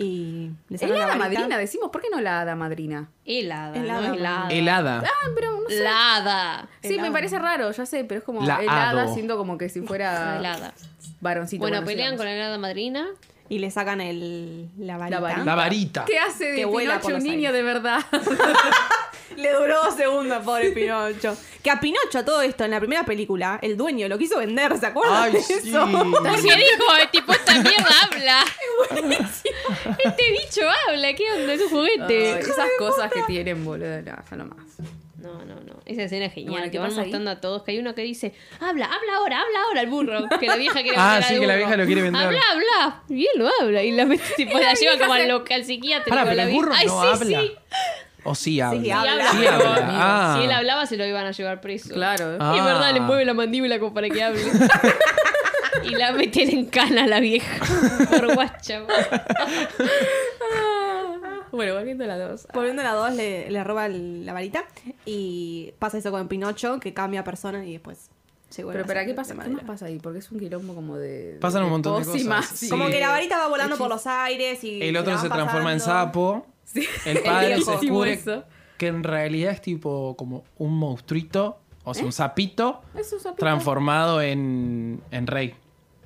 Speaker 6: Y le
Speaker 2: Es
Speaker 6: sacan
Speaker 2: la hada
Speaker 6: varita.
Speaker 2: madrina, decimos, ¿por qué no la hada madrina?
Speaker 5: Helada.
Speaker 6: El
Speaker 5: ¿no?
Speaker 6: hada.
Speaker 5: Helada.
Speaker 1: Helada.
Speaker 2: Ah, pero no sé.
Speaker 5: Helada.
Speaker 2: Sí,
Speaker 6: El
Speaker 2: me
Speaker 6: hada.
Speaker 2: parece raro, ya sé, pero es como
Speaker 1: La
Speaker 2: el hada
Speaker 1: hado.
Speaker 2: siendo como que si fuera
Speaker 5: Helada.
Speaker 2: varoncito.
Speaker 5: Bueno, pelean
Speaker 2: sigamos.
Speaker 5: con la helada madrina.
Speaker 6: Y le sacan el, la varita.
Speaker 2: La varita.
Speaker 1: La varita.
Speaker 2: Ah, ¿Qué hace de
Speaker 6: Que vuela
Speaker 2: Pinocho
Speaker 6: por
Speaker 2: un
Speaker 6: los
Speaker 2: niño
Speaker 6: aires.
Speaker 2: de verdad?
Speaker 6: Le duró dos segundos, pobre Pinocho. Que a Pinocho, a todo esto, en la primera película, el dueño lo quiso vender, ¿se acuerdan
Speaker 1: Ay,
Speaker 6: de
Speaker 1: sí.
Speaker 6: eso?
Speaker 5: ¿Qué dijo? El tipo, esta mierda habla. Este bicho habla, ¿qué onda? Es un juguete.
Speaker 2: Ay, esas cosas que tienen, boludo, no, no más.
Speaker 5: No, no, no. Esa escena es genial.
Speaker 2: Bueno, ¿qué
Speaker 5: que van
Speaker 2: pasa ahí?
Speaker 5: mostrando a todos. Que hay uno que dice, habla, habla ahora, habla ahora el burro. Que la vieja quiere
Speaker 1: Ah,
Speaker 5: vender
Speaker 1: sí,
Speaker 5: al
Speaker 1: que la
Speaker 5: burro.
Speaker 1: vieja lo quiere vender.
Speaker 5: Habla, habla. Y él no habla. Y la, met- tipo, la lleva como al, loca- al psiquiatra.
Speaker 1: Pará,
Speaker 5: con
Speaker 1: pero
Speaker 5: la
Speaker 1: el
Speaker 5: vieja.
Speaker 1: burro
Speaker 5: Ay,
Speaker 1: no
Speaker 5: sí,
Speaker 1: habla.
Speaker 5: sí.
Speaker 1: O sí habla.
Speaker 5: Sí, habla.
Speaker 1: Sí habla. Ah.
Speaker 5: Si él hablaba, se lo iban a llevar preso.
Speaker 2: Claro.
Speaker 1: Ah.
Speaker 5: Y es verdad, le mueve la mandíbula como para que hable. y la meten en cana a la vieja. Por guacha.
Speaker 2: Bueno, volviendo a la dos.
Speaker 6: Volviendo a la 2, le, le roba el- la varita. Y pasa eso con Pinocho, que cambia persona y después se vuelve
Speaker 2: Pero
Speaker 6: a
Speaker 2: para
Speaker 6: hacer
Speaker 2: qué pasa,
Speaker 6: de
Speaker 2: ¿qué
Speaker 6: madera.
Speaker 2: más pasa ahí? Porque es un quilombo como de.
Speaker 1: Pasan un montón de
Speaker 2: pócimas
Speaker 1: cosas.
Speaker 2: y-
Speaker 1: Sí.
Speaker 6: Como que la varita va volando
Speaker 2: Hechizos.
Speaker 6: por los aires y.
Speaker 1: El otro
Speaker 6: la van
Speaker 1: se transforma en
Speaker 6: pasando.
Speaker 1: sapo.
Speaker 2: Sí.
Speaker 1: El padre se
Speaker 2: Buenísimo
Speaker 1: descubre
Speaker 2: eso.
Speaker 1: que en realidad es tipo como un monstruito, o sea, un sapito,
Speaker 2: Es ¿Eh? un sapito.
Speaker 1: transformado en, en rey.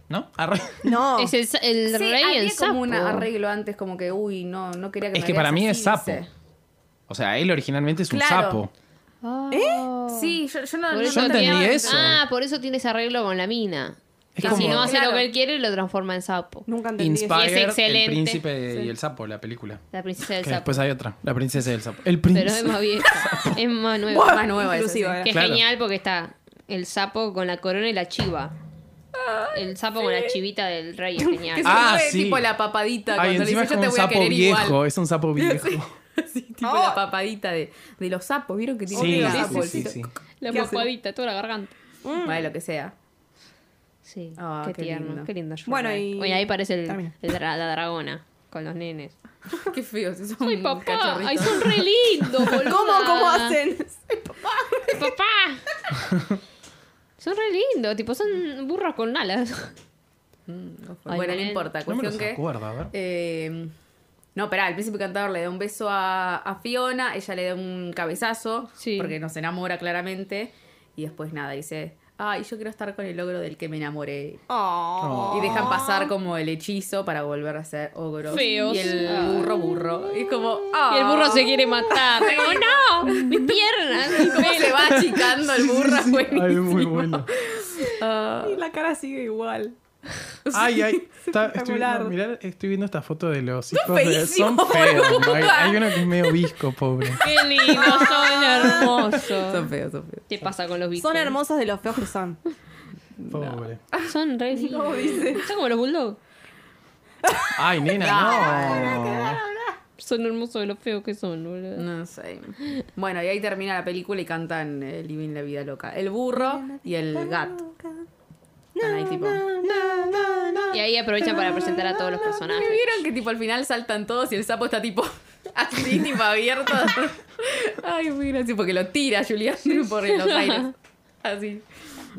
Speaker 1: ¿No? A rey.
Speaker 6: No.
Speaker 5: Es el, sa- el
Speaker 2: Sí,
Speaker 5: rey
Speaker 2: había
Speaker 5: el sapo.
Speaker 2: como un arreglo antes, como que, uy, no, no quería que
Speaker 1: Es
Speaker 2: me
Speaker 1: que
Speaker 2: veas
Speaker 1: para mí
Speaker 2: así,
Speaker 1: es sapo.
Speaker 2: dice.
Speaker 1: O sea, él originalmente es un
Speaker 2: Claro.
Speaker 1: sapo.
Speaker 5: ¿Eh?
Speaker 2: Sí, yo, yo no,
Speaker 5: Por
Speaker 2: no
Speaker 5: eso
Speaker 1: Yo entendí
Speaker 5: tenía-
Speaker 1: eso.
Speaker 5: Ah, por eso tiene ese arreglo con la mina.
Speaker 1: Es
Speaker 5: que
Speaker 1: como
Speaker 5: si no hace lo
Speaker 2: Claro.
Speaker 5: que él quiere, lo transforma en sapo.
Speaker 6: Nunca entendí. eso.
Speaker 5: Y es
Speaker 1: Inspired,
Speaker 5: excelente.
Speaker 1: el príncipe y el sapo, la película.
Speaker 5: La princesa del
Speaker 1: Que
Speaker 5: sapo.
Speaker 1: después hay otra, la princesa y el sapo. El
Speaker 5: Pero es
Speaker 1: príncipe.
Speaker 5: más vieja. es más nueva.
Speaker 2: más nueva. esa,
Speaker 6: Inclusiva,
Speaker 2: sí.
Speaker 6: era.
Speaker 5: Que es
Speaker 1: Claro.
Speaker 5: genial porque está el sapo con la corona y la chiva. El sapo con la chivita del rey es
Speaker 2: Que
Speaker 5: genial.
Speaker 2: se
Speaker 1: Ah,
Speaker 2: mueve
Speaker 1: sí.
Speaker 2: tipo la papadita.
Speaker 1: Ay,
Speaker 2: cuando le
Speaker 1: encima
Speaker 2: dice,
Speaker 1: es
Speaker 2: yo
Speaker 1: como
Speaker 2: te
Speaker 1: un
Speaker 2: voy a
Speaker 1: sapo
Speaker 2: querer
Speaker 1: viejo,
Speaker 2: igual.
Speaker 1: es un sapo viejo.
Speaker 2: Sí, sí, tipo
Speaker 6: Oh.
Speaker 2: la papadita de, de los sapos. ¿Vieron que tiene
Speaker 1: Sí,
Speaker 2: un
Speaker 1: sí,
Speaker 2: sapo?
Speaker 1: sí,
Speaker 2: el-
Speaker 1: sí.
Speaker 5: La
Speaker 6: ¿Qué hace?
Speaker 5: mojadita, toda la garganta.
Speaker 6: "Mm,
Speaker 2: Vale, lo que sea.
Speaker 5: Sí,
Speaker 2: Ah,
Speaker 5: qué,
Speaker 2: qué
Speaker 5: tierno,
Speaker 2: lindo.
Speaker 5: qué lindo.
Speaker 6: Bueno, y-
Speaker 5: Oye, ahí parece el-
Speaker 6: Termina.
Speaker 5: el dra- la dragona con los nenes.
Speaker 2: Qué feo. si son
Speaker 5: Ay, papá,
Speaker 2: cachorritos.
Speaker 5: ay, son re lindos, boluda.
Speaker 6: ¿Cómo, ¿Cómo hacen?
Speaker 5: Ay, papá. Son re lindos, tipo, son burros con alas.
Speaker 2: No fue.
Speaker 5: Ay,
Speaker 2: bueno, no
Speaker 5: man.
Speaker 2: importa.
Speaker 1: No me
Speaker 2: Cuestión
Speaker 1: los
Speaker 2: que.
Speaker 1: acuerdo, a ver.
Speaker 2: eh, no, pero el príncipe cantador le da un beso a, a Fiona, ella le da un cabezazo,
Speaker 5: Sí.
Speaker 2: porque nos enamora claramente, y después nada, dice, ay, yo quiero estar con el ogro del que me enamoré.
Speaker 6: Oh.
Speaker 2: Y dejan pasar como el hechizo para volver a ser ogro.
Speaker 5: Feos. Ah.
Speaker 2: Y el burro burro. Y es como, ah,
Speaker 5: Y el burro se quiere matar. ¡Oh, no! ¡Mis piernas!
Speaker 2: ¿Cómo se va achicando el burro? Es buenísimo.
Speaker 1: Ay, muy bueno.
Speaker 2: Ah,
Speaker 6: Y la cara sigue igual.
Speaker 1: Ay, ay. Está, estoy,
Speaker 6: espectacular.
Speaker 1: viendo, mirá, estoy viendo esta foto de los hijos de. Son
Speaker 2: feísimos,
Speaker 1: feos.
Speaker 2: boluda.
Speaker 1: Hay, hay uno que es medio visco, pobre.
Speaker 5: ¡Qué lindos! Son hermosos.
Speaker 2: son feos, son feos.
Speaker 5: ¿Qué pasa con los bicos?
Speaker 6: Son hermosos de los feos que son.
Speaker 1: Pobre.
Speaker 5: Son re lindos. Son como los bulldogs.
Speaker 1: Ay, nena, no.
Speaker 5: Son hermosos de los feos que son, boludo.
Speaker 2: No sé. Bueno, y ahí termina la película y cantan eh, Living la Vida Loca. El burro y el gato. Están ahí tipo.
Speaker 5: Y ahí aprovechan para presentar a todos los personajes.
Speaker 2: ¿Me vieron que tipo al final saltan todos y el sapo está tipo así, tipo abierto? Ay, muy gracioso, porque lo tira Julián por los aires. Así.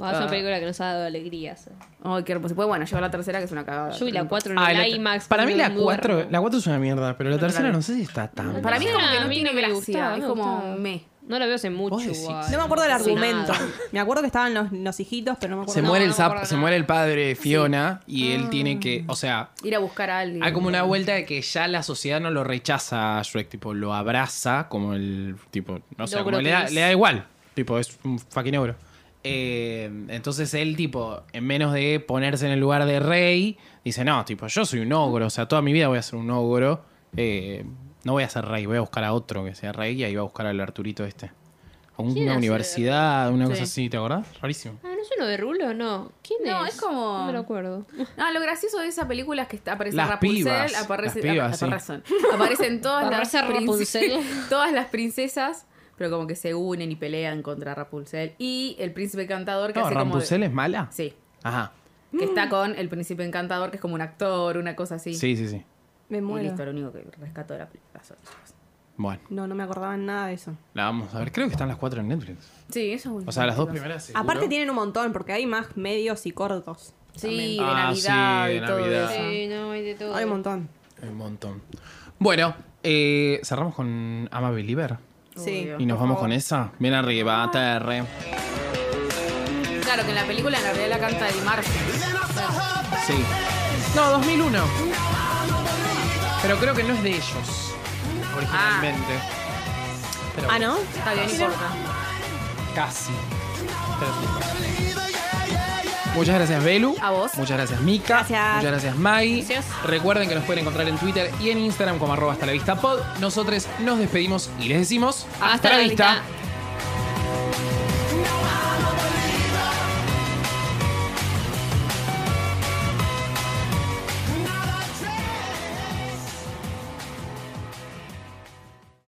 Speaker 5: Ah, es una película que nos ha dado alegrías.
Speaker 2: Ay, qué hermoso. Pues bueno, llegó la tercera que es una cagada.
Speaker 5: Yo vi la 4 en
Speaker 1: Ah,
Speaker 5: el
Speaker 1: la-
Speaker 5: IMAX.
Speaker 1: para mí
Speaker 5: cuando
Speaker 1: la
Speaker 5: duermo.
Speaker 1: 4 la cuatro es una mierda, pero la tercera
Speaker 2: la-
Speaker 1: no sé si está tan.
Speaker 2: Para mí
Speaker 1: mal.
Speaker 2: es como que no
Speaker 5: Ah, A mí
Speaker 2: tiene
Speaker 5: no me
Speaker 2: gracia.
Speaker 5: gustaba,
Speaker 2: es
Speaker 5: no me
Speaker 2: como
Speaker 5: gustaba.
Speaker 2: me.
Speaker 5: No la veo hace mucho.
Speaker 1: Vos decís.
Speaker 5: igual.
Speaker 6: No me acuerdo del
Speaker 5: Sí,
Speaker 6: argumento.
Speaker 5: nada.
Speaker 6: Me acuerdo que estaban los, los hijitos, pero no me acuerdo.
Speaker 1: se muere
Speaker 5: no Ah.
Speaker 1: el
Speaker 5: me
Speaker 1: sapo,
Speaker 5: acuerdo
Speaker 1: se
Speaker 5: nada.
Speaker 1: muere el padre de Fiona y él tiene que, o sea,
Speaker 2: Ir a buscar a alguien.
Speaker 1: hay Ah, como una vuelta de que ya la sociedad no lo rechaza a Shrek, tipo lo abraza como el tipo, no sé,
Speaker 5: Logro
Speaker 1: como le
Speaker 5: que
Speaker 1: da,
Speaker 5: es.
Speaker 1: le da igual, tipo es un fucking ogro. Eh, entonces él tipo, en menos de ponerse en el lugar de rey, dice, no, tipo, yo soy un ogro, o sea, toda mi vida voy a ser un ogro, eh, no voy a ser rey, voy a buscar a otro que sea rey y ahí va a buscar al Arturito este. A un-
Speaker 5: ¿Quién
Speaker 1: una
Speaker 5: hace de
Speaker 1: universidad, una cosa
Speaker 2: Sí.
Speaker 1: así, ¿te acordás? Rarísimo.
Speaker 5: Ah, ¿no es uno de Rulo? No. ¿Quién es?
Speaker 2: No, es como-
Speaker 5: No me lo acuerdo.
Speaker 2: No, lo gracioso de esa película es que está- aparece
Speaker 1: Las
Speaker 2: Rapunzel,
Speaker 1: pibas,
Speaker 2: aparece, ah,
Speaker 1: las pibas,
Speaker 2: apa-
Speaker 1: sí.
Speaker 2: aparecen, aparecen todas las
Speaker 5: Aparece Rapunzel.
Speaker 2: princes- todas las princesas, pero como que se unen y pelean contra Rapunzel y el príncipe encantador que
Speaker 1: No,
Speaker 2: hace como de-
Speaker 1: Rampusel es mala.
Speaker 2: Sí,
Speaker 1: Ajá.
Speaker 2: que está con el príncipe encantador que es como un actor, una cosa así.
Speaker 1: Sí, sí, sí.
Speaker 6: Me
Speaker 2: Y
Speaker 6: muero.
Speaker 2: listo, lo único que rescato de la película son esas cosas.
Speaker 1: Bueno,
Speaker 6: No, no me acordaba nada de eso.
Speaker 1: la vamos a ver. Creo que están las cuatro en Netflix.
Speaker 2: Sí, eso es un-
Speaker 1: O sea, las dos primeras. seguro.
Speaker 6: Aparte tienen un montón, porque hay más medios y cortos.
Speaker 2: Sí, de
Speaker 1: Ah,
Speaker 2: Navidad
Speaker 1: sí,
Speaker 2: y
Speaker 1: de
Speaker 2: todo
Speaker 1: Navidad.
Speaker 2: eso.
Speaker 5: Sí, no, hay de todo.
Speaker 6: Hay un montón.
Speaker 1: Hay un montón. Bueno, eh, cerramos con Ama Believer.
Speaker 6: Sí.
Speaker 2: Obvio.
Speaker 1: Y nos vamos con esa. Bien arriba, TR.
Speaker 2: Claro que en la película en realidad la canta Di Marzio.
Speaker 1: Sí. No, 2001. Pero creo que no es de ellos. Originalmente.
Speaker 7: pero
Speaker 6: Ah, ¿no? Está bien, no importa.
Speaker 7: casi. Pero sí.
Speaker 1: Muchas gracias, Belu.
Speaker 2: A vos.
Speaker 1: Muchas gracias, Mika.
Speaker 6: Gracias.
Speaker 1: Muchas gracias, Maggie.
Speaker 5: Gracias.
Speaker 1: Recuerden que nos pueden encontrar en Twitter y en Instagram como arroba hasta la vista pod. Nosotros nos despedimos y les decimos
Speaker 5: Hasta la vista.